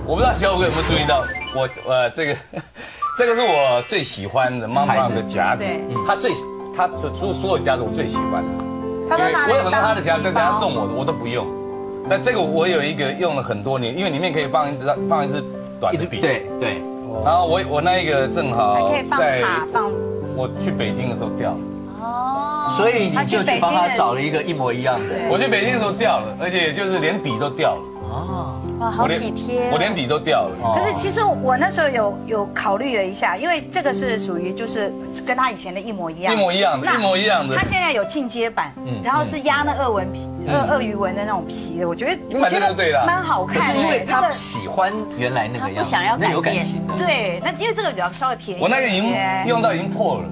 我不知道小五哥有没有注意到，我呃这个 这个是我最喜欢的妈妈的夹子对，她最她所所所有夹子我最喜欢的。他都因为拿哎我有来很多他的当夹，但他送我的我都不用。但这个我有一个用了很多年，因为里面可以放一支放一支短一的直笔。。对对，然后我我那一个正好可以放在卡放，哦我去北京的时候掉了，哦所以你就去帮他找了一个一模一样的。我去北京的时候掉了，而且就是连笔都掉了，哇，好体贴哦。我连笔都掉了。哦哦可是其实我那时候有有考虑了一下，因为这个是属于就是跟他以前的一模一样，一模一样的那一模一样 的他现在有进阶版，嗯然后是压那鳄纹皮、鳄鳄鱼纹的那种皮的，我觉得你我买觉这得个对啦蛮好可看是的。因为这他个喜欢原来那个样子，他不想要改变那有感情的。对，那因为这个比较稍微便宜一些。我那个已经用到已经破了，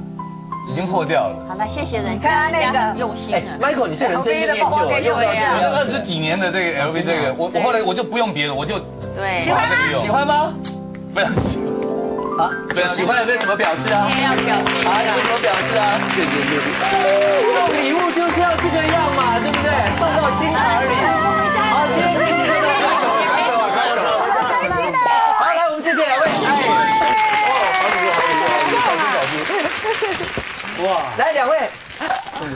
已经破掉了。好了，谢谢人看家，他那人个家很用心哎了。 ，Michael，你这人真是念旧宝宝啊，给用我到这我样那子二十几年的这个 LV 这个，我我后来我就不用别的，我就对，喜欢把这个用喜欢吗？非常喜欢。啊，喜欢有没有什么表示啊？今天要表示一啊，下有没。有表示啊？谢谢谢谢。送礼物就是要这个样嘛，对不对？送到心坎里。好，今天谢谢大家，来各位，来各位，开心的。好，来我们谢谢两位，哎，哇，来两位，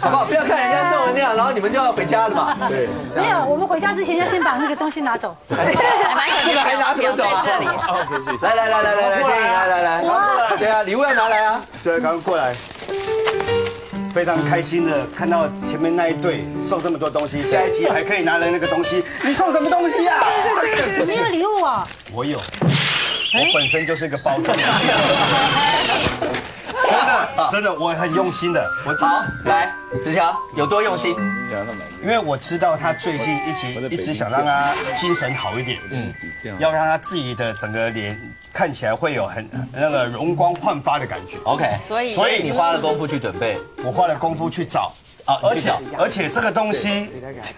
好不好？不要看人家送的那样，然后你们就要回家了嘛。对，没有，我们回家之前要先把那个东西拿走。这个还拿什么走啊？来来来来来来，电影来来来，对啊，礼物要拿来啊。对，刚刚过来，非常开心的看到前面那一队送这么多东西，下一集还可以拿来那个东西，你送什么东西呀、你有礼物啊？我有，我本身就是个包装。真的，真的，我很用心的。我好，来，子乔有多用心？因为我知道他最近一直一直想让他精神好一点，嗯，要让他自己的整个脸看起来会有很那个容光焕发的感觉。 OK，所以所以你花了功夫去准备，我花了功夫去找啊，而且而且这个东西，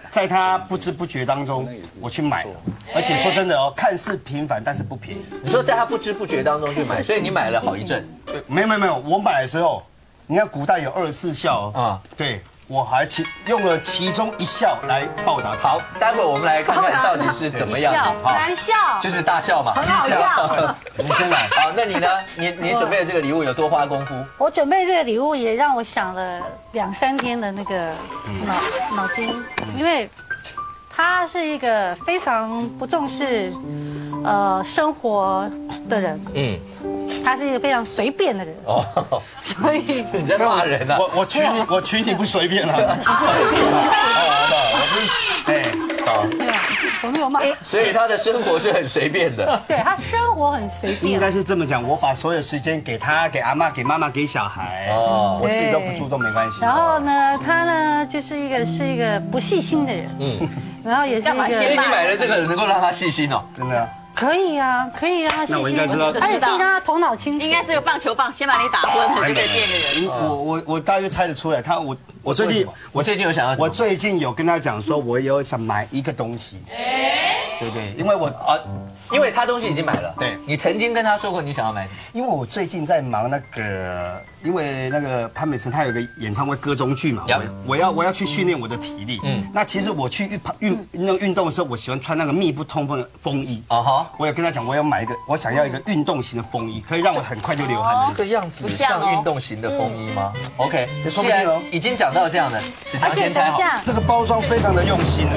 在他不知不觉当中，我去买了。而且说真的哦，看似平凡，但是不便宜。你说在他不知不觉当中去买，所以你买了好一阵。呃没有没有没有，我买的时候，你看古代有二十四孝啊啊，对我还其用了其中一孝来报答他。好，待会儿我们来看看到底是怎么样的。好，玩笑。就是大笑嘛。好笑。你先来， 好，那你呢？你你准备的这个礼物有多花功夫？我准备这个礼物也让我想了两三天的那个脑脑筋，因为他是一个非常不重视呃生活的人，嗯，他是一个非常随便的人，哦，所以你在骂人啊呢？我我娶你，我娶你不随便了。哦我不是，哎，对吧？我没有骂，所以他的生活是很随便的。对他生活很随应便，该是这么讲，我把所有时间给他、给阿妈、给妈妈、给小孩，哦我自己都不注重没关系。然后呢，他呢就是一个是一个不细心的人，嗯，然后也是一所以你个买了这个能够让他细心哦。真的啊，可以啊，可以让他细那我应心该知道，而且逼他头脑清楚，应该是个棒球棒，先把你打昏了，就可以变个人。因为哎我我我大约猜得出来，他我我最近我最近有想要什么我最近有跟他讲说，我有想买一个东西，对对，因为我啊，因为他东西已经买了。对你曾经跟他说过你想要买什么？因为我最近在忙那个，因为那个潘美辰他有个演唱会歌中剧嘛， Yep 我我要我要去训练我的体力。嗯，那其实我去运跑运那个运动的时候，我喜欢穿那个密不通风的风衣。啊哈，我有跟他讲，我要买一个，我想要一个运动型的风衣，可以让我很快就流汗。哦这个样子像运动型的风衣吗？OK，也说既不然定哦已经讲到这样的，子乔而且先等猜一好，下，这个包装非常的用心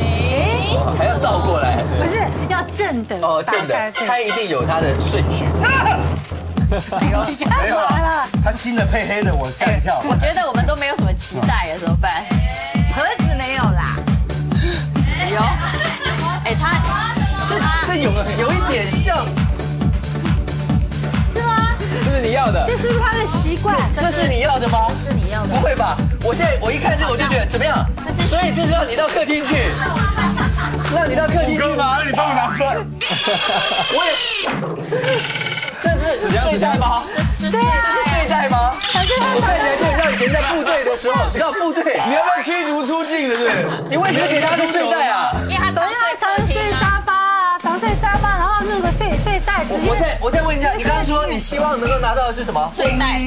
哎，还要倒过来。不是要正的哦，正打的，开对猜一定有它的顺序。没有啦，它金的配黑的，我吓一跳。哎我觉得我们都没有什么期待耶，怎么办？盒子没有啦，有，哎，他这有有一点像，是吗？是不是你要的？这是不是他的习惯？这是你要的吗？是你要的不，会吧？我现在我一看这个我就觉得怎么样？所以就是让你到客厅去，让你到客厅去吗？你帮我拿出来。我也，这是这是睡袋吗？对啊，这是睡袋吗？我看起来就很像以前在部队的时候，你知道部队，你要不要驱逐出境的？对不对？你为什么给他是睡袋啊？因为他总早要睡常客厅睡啊。沙发啊，常睡沙发，然后弄个睡睡袋，直我接再我再问一下，你刚刚说你希望能够拿到的是什么？睡袋，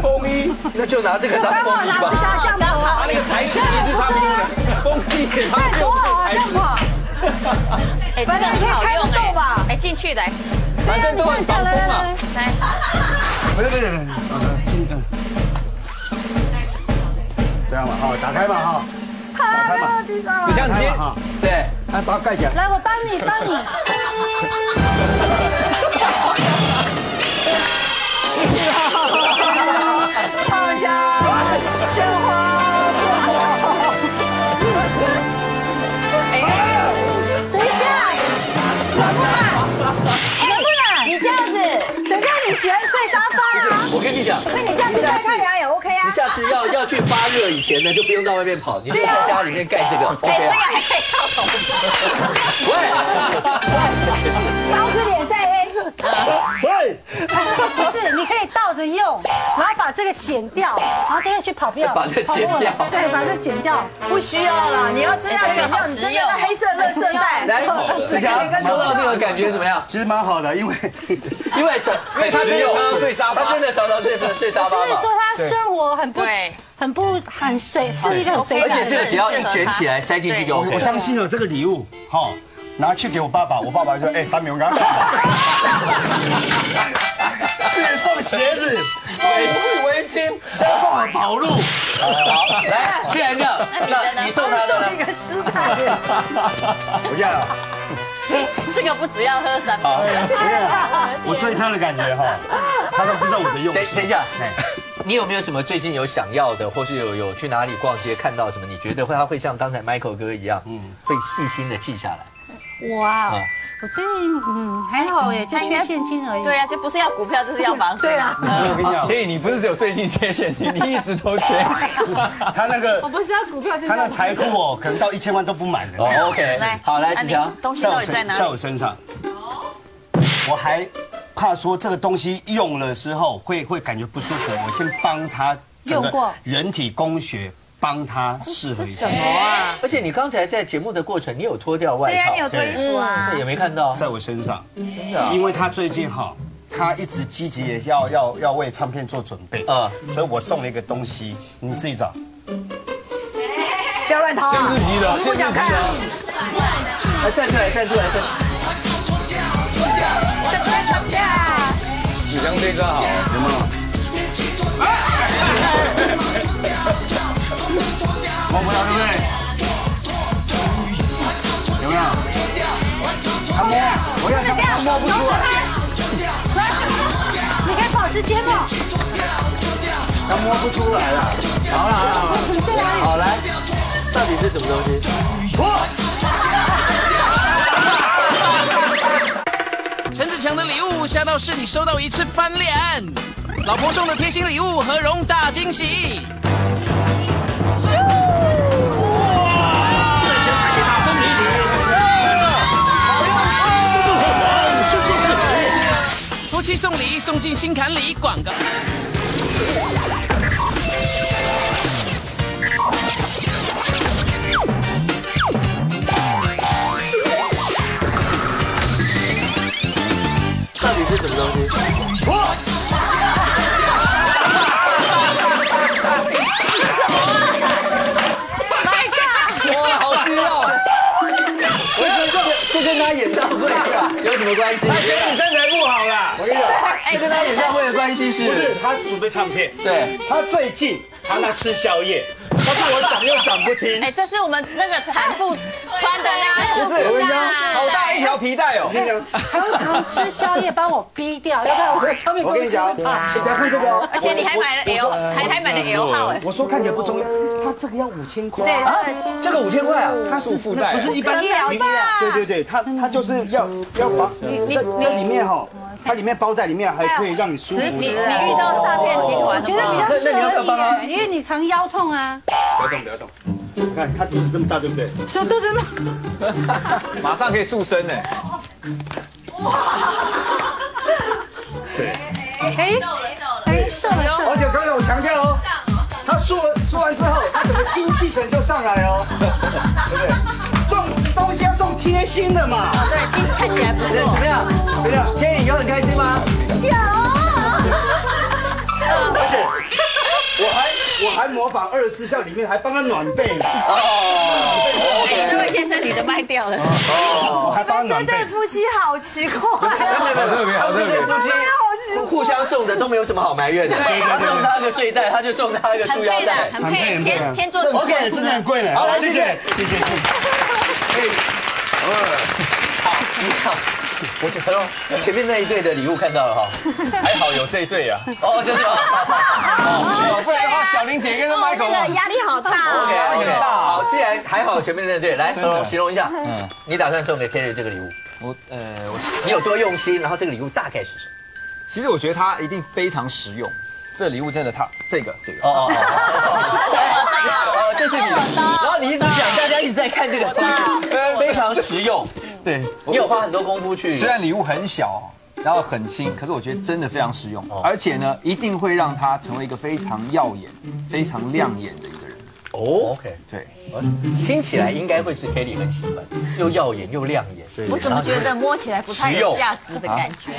风衣，那就拿这个当帮我风衣拿吧其。他这样子啊，那个材质也是差不多的，风衣给他哎，多好啊，这样不好？哎，这个很好用哎，哎，进去来，反正都很放风嘛。来，不是不是不是，呃，进嗯，这样吧哈，打开吧哈，打开吧，地上了。这样打开接吧，哈，对，来把它盖起来。来，我帮你，帮你。唱响鲜花是我。等一下，你这样子，谁叫你喜欢睡沙发啊？我跟你讲，那你这样子晒太阳也 OK 啊你。下次要要去发热以前呢，就不用到外面跑，你就在家里面盖这个哎，这，OK 个啊？还可以套头刀子脸晒黑，喂，不是，你可以倒着用，然后把这个剪掉，然后再去跑掉，把这个剪掉跑步对，把这剪掉。不需要了。你要真要剪掉，你真的那黑色垃圾袋，来，子这个强你收跟到这个感觉怎么样？其实蛮好的，因为因为常，因为他真的很实用常常睡沙发他真的常常睡睡沙我是发不是嘛说。他生活很不对很不很随，是一个很随而性且的这个只要一卷起来塞进去就我 OK 我了。相信有这个礼物哈，拿去给我爸爸，我爸爸说，哎，三明，我刚刚看到，是送鞋子，送哎围巾，现在送我跑路。好，来，既然这样，的呢那你送他的送呢一？个时 代。我要，这个不只要喝三杯，好，我要，我对他的感觉哈，他都不知道我的用等心。等一下，哎，你有没有什么最近有想要的，或是有有去哪里逛街看到什么？你觉得会他会像刚才 Michael 哥一样，嗯，会细心的记下来？哇哦啊，我最近嗯还好耶，就缺现金哦而已。对呀，啊就不是要股票，就是要房子，嗯对啊，我跟你讲，天宇，你不是只有最近缺现金，你一直都缺。他那个我不是要股票，就是他要那财库哦，可能到一千万都不满的。 哦，OK，来，好，来啊子你强，东西在到我底在身哪在里？我身上。我还怕说这个东西用了之后会会感觉不舒服，我先帮他整用个过人体工学帮他适合一下。而且你刚才在节目的过程，你有脱掉外对呀，你有套，哎脱衣服啊？也没看到，在我身上，真的啊因为他最近哈，他一直积极地要要要为唱片做准备啊啊，所以我送了一个东西，你自己找。不要乱掏啊！自己的，不想看啊，来哎站出来，站出来，站。在这边吵架。你像这个好，有没有？摸不到对不对？有没有？他摸，我要他他摸不出来，你可以保持节目。他摸不出来了。好了好了好了，好来，到底是什么东西？陈子强的礼物吓到是你收到一次翻脸，老婆送的贴心礼物何荣大惊喜。夫妻送礼送进心坎里，广告。到底是什么东西？啊哇，好虚哦！我觉得这个这跟他演唱会啊有什么关系？你身材不好啦。我跟你讲，这跟他演唱会的关系不是是？他准备唱片，对，他最近他那吃宵夜，但是我讲又讲不听。哎，这是我们那个产妇穿的那个不是，我跟你讲，好啊，大一条皮带哦。我跟你讲，常常吃宵夜帮我逼掉，要不然我在唱片我公跟你司讲，会不怕。要看这个哦。而且你还买了 L，还还买了 L 号哎，我说看起来不重要，他这个要五千块。对，啊，这个五千块啊，他是附带，不是一般医疗机啊对对对，它它就是要要把这这里面哈，它里面包在里面，还可以让你舒服你你一点。遇到诈骗集团了吗，我我觉得比较那适那你要不要帮合他你，因为你常腰痛啊。你看它肚子这么大，对不对？什么肚子那么马上可以塑身呢。哎哎瘦了瘦了而且刚才我强调哦，他说完说完之后，他整个精气神就上来哦，对不对？送东西要送贴心的嘛，对，今天看起来不对，错怎么，样？对不对？天宇有很开心吗？而且我还我还模模仿二十四孝里面还帮他暖被呢。哎这位先生，你的麦掉了。我还帮他你们暖这对被。夫妻好奇怪啊！没有没有没有，他们这对夫妻互互相送的都没有什么好埋怨的。对他送他个睡袋，他就送他个很束腰配的带，。很配，偏偏做这很 贵，哎真的很贵呢。好来谢谢，谢谢，谢谢。我觉得哦前面那一对的礼物看到了哈，还好有这一对啊。哦，真的吗？ 哦，不然的话，小玲姐跟着 Michael 啊。哦压力好大 OK，哦。 OK，好，既然还好前面那对，来，呃形容一下，嗯你打算送给 Terry 这个礼物，我呃，我你有多用心，然后这个礼物大概是什么？其实我觉得它一定非常实用，这礼物真的它这个这个。哦哦 哦，哦，这是你，然后你一直讲，大家一直在看这个东西， 非常实用，啊对，你有花很多功夫去，虽然礼物很小，然后很轻，可是我觉得真的非常实用，而且呢，一定会让他成为一个非常耀眼、非常亮眼的一个人。哦，OK，对，听起来应该会是 Terry 很喜欢，又耀眼又亮眼，我怎么觉得摸起来不太实用有价值的感觉？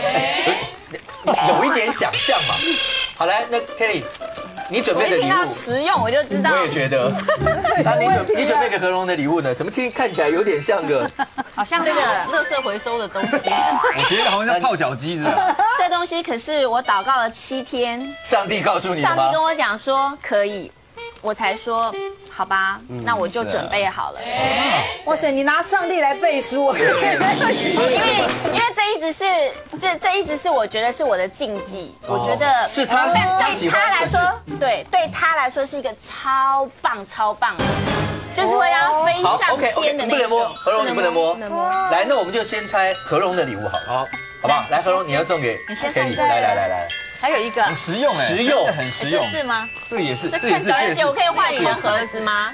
有一点想象嘛。好来，那 Terry，你准我备的一礼听到物。实用，我就知道我也觉得。那你准你准备给何荣的礼物呢？怎么听看起来有点像个？好像那个垃圾回收的东西。我觉得好像泡脚机似的。这东西可是我祷告了七天，上帝告诉你的上帝吗跟？我讲说可以，我才说好吧，嗯那我就准备好了。啊哇塞，你拿上帝来背书，我因为因为这一直是这这一直是我觉得是我的禁忌，我觉得哦是他但他对喜欢他的来是说，对对他来说是一个超棒超棒的，就是会让他飞哦好上，OK 天 OK，的你不那能摸种。何荣，你不能摸。来，那我们就先拆何荣的礼物好了，好，好不好？来，何荣，你要送给你先 Kelly 送来来来来，还有一个，很实用哎，实用真的很实这用。是吗？这个也是，这也看是，小这也是燕姐，我。可以换你的盒子吗？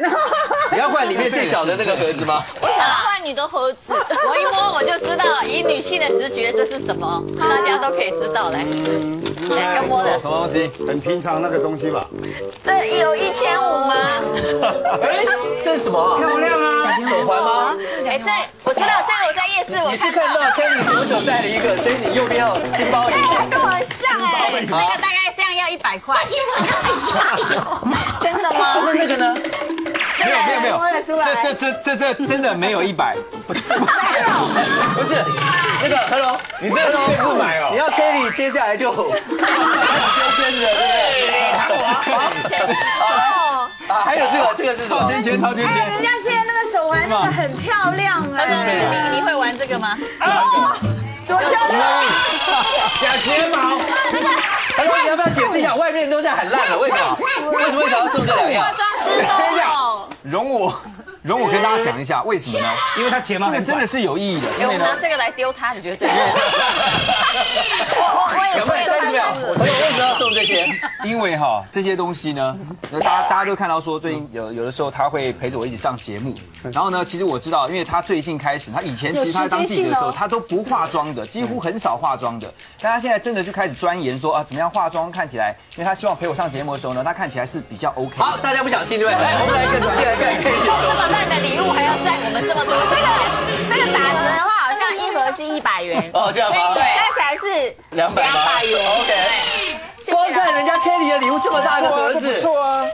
你要换里面最小的那个盒子 吗？我想要换你的盒子。 我一摸我就知道，以女性的直觉这是什么，大家都可以知道来，哪个摸的？什么东 西？很平常那个东西吧。这有一千五吗？哎，这是什么啊？漂亮啊！手环吗？哎，这我知道，这个我在夜市我你是看到 Kelly 左手戴了一个，所以你右边要金包银。很像哎，这个大概这样要一百块，真的吗？ 那那个呢？没有没有没有摸得出，来这这这这这真的没有一百，不是，那个何荣，你这个东西不买哦。你要 Kelly，接下来就 真真的，对不对？好 啊，还有这个，这个是什么掏？钱钱掏钱哎，钱人。家现在那个手环那个很漂亮他说你啊哎，你你会玩这个吗？多漂亮！假睫毛，何哎荣，你要不要解释一下？外面都在喊烂了，为什么？为什么为什么要送这两样？装饰都有。容我，容我跟大家讲一下为什么呢？因为他睫毛这个很真短的，是有意义的，哎，因我为们呢，拿这个来丢他，你觉得这个？ 我我也赶快三十秒，我为什么要送这些？因为哈这些东西呢，大家大家都看到说最近有有的时候他会陪着我一起上节目，然后呢，其实我知道，因为他最近开始，他以前其实他当记者的时候，他都不化妆的，几乎很少化妆的，但他现在真的就开始钻研说啊，怎么样化妆看起来，因为他希望陪我上节目的时候呢，他看起来是比较 OK 的。好，大家不想听对不对？来，我们来一个仔细来看 Kelly。这么烂的礼物还要占我们这么多时间？这个打折的话，好像一盒是一百元，哦，这样吗？加起来是两百吗元。 OK。光哎啊看人家 Kelly 的礼物这么大个盒子，不错啊。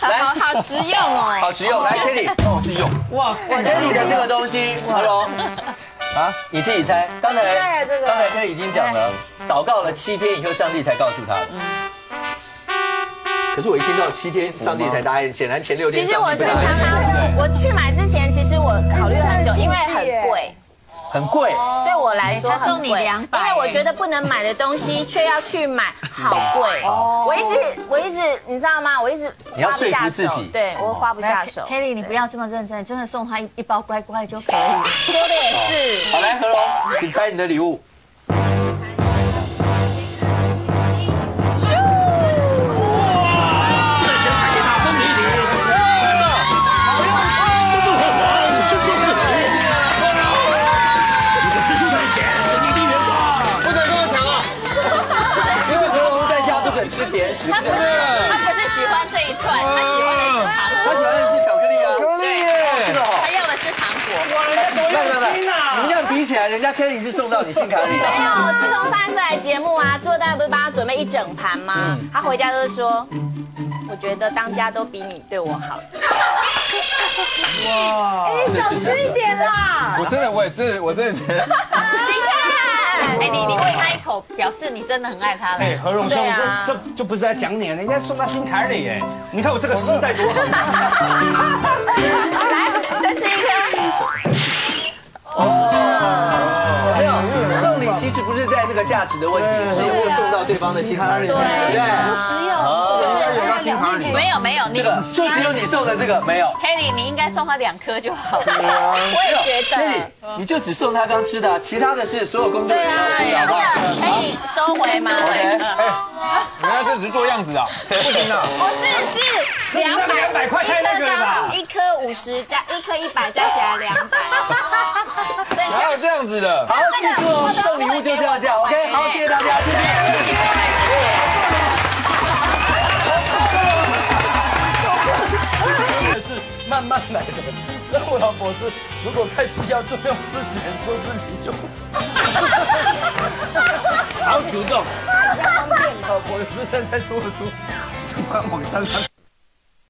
对，好好实用哦。好实用，来 Kelly，帮我 去用。哇，Kelly 的这个东西，何荣啊，你自己猜。刚才刚才 Kelly 已经讲了，祷告了七天以后，上帝才告诉他。嗯可是我一听到七天，上帝才答应，显然前六其天实上我帝是不答常常，我去买之前，其实我考虑很久，因为很贵，很贵。对我来说哦他很送你贵， 200因为我觉得不能买的东西却要去 买，好贵。我一直我一直，你知道吗？我一直哦你要花不下说服自手己对我花不哦下手。 Kelly，你不要这么认真，真的送他一一包乖乖就可以了。说的也是。好，来何荣，请猜你的礼物。不准跟我抢啊！因为何荣在家不准吃甜食，他不是他不是喜欢这一串，他喜欢的是糖果，他喜欢的是巧克力啊。对，这个好。他要的是糖果。没有没有没有，你们这样比起来，人家家 Kelly 是送到你心坎里没的。有，自从上一次来节目啊，做大家不是帮他准备一整盘吗？嗯他回家就说，我觉得当家都比你对我好。哇！哎，你小吃一点啦。我真的，我也真的，我真的觉得，哎、你你喂他一口，表示你真的很爱他了。哎，何荣兄对，啊这这这不是在讲你，人家送到心坎里哎。你看我这个时代多好，再吃一颗，没有，送礼其实不是在那个价值的问题，是因为送到对方的心坎里。对不实啊用。没有没有，这你个就只有你送的这个没有。 Kelly，你应该送他两颗就好了。我也觉 Kelly，得。你就只送他刚吃的，其他的是所有工作人员都吃的，好不好？可以收回吗？ OK，原来这只是做样子啊，不行啊。我是是两百， 200块太那个了吧一颗刚好一颗五十加一颗一百加起来两百，剩下哪有这样子的？好，记住哦，送礼物就是要这样。OK，好，谢谢大家，谢谢。真的是慢慢来的。那我老婆是，如果开始要做这种事情的时候，自己就好主动。在方便，老婆有时在在做出，突然往上看。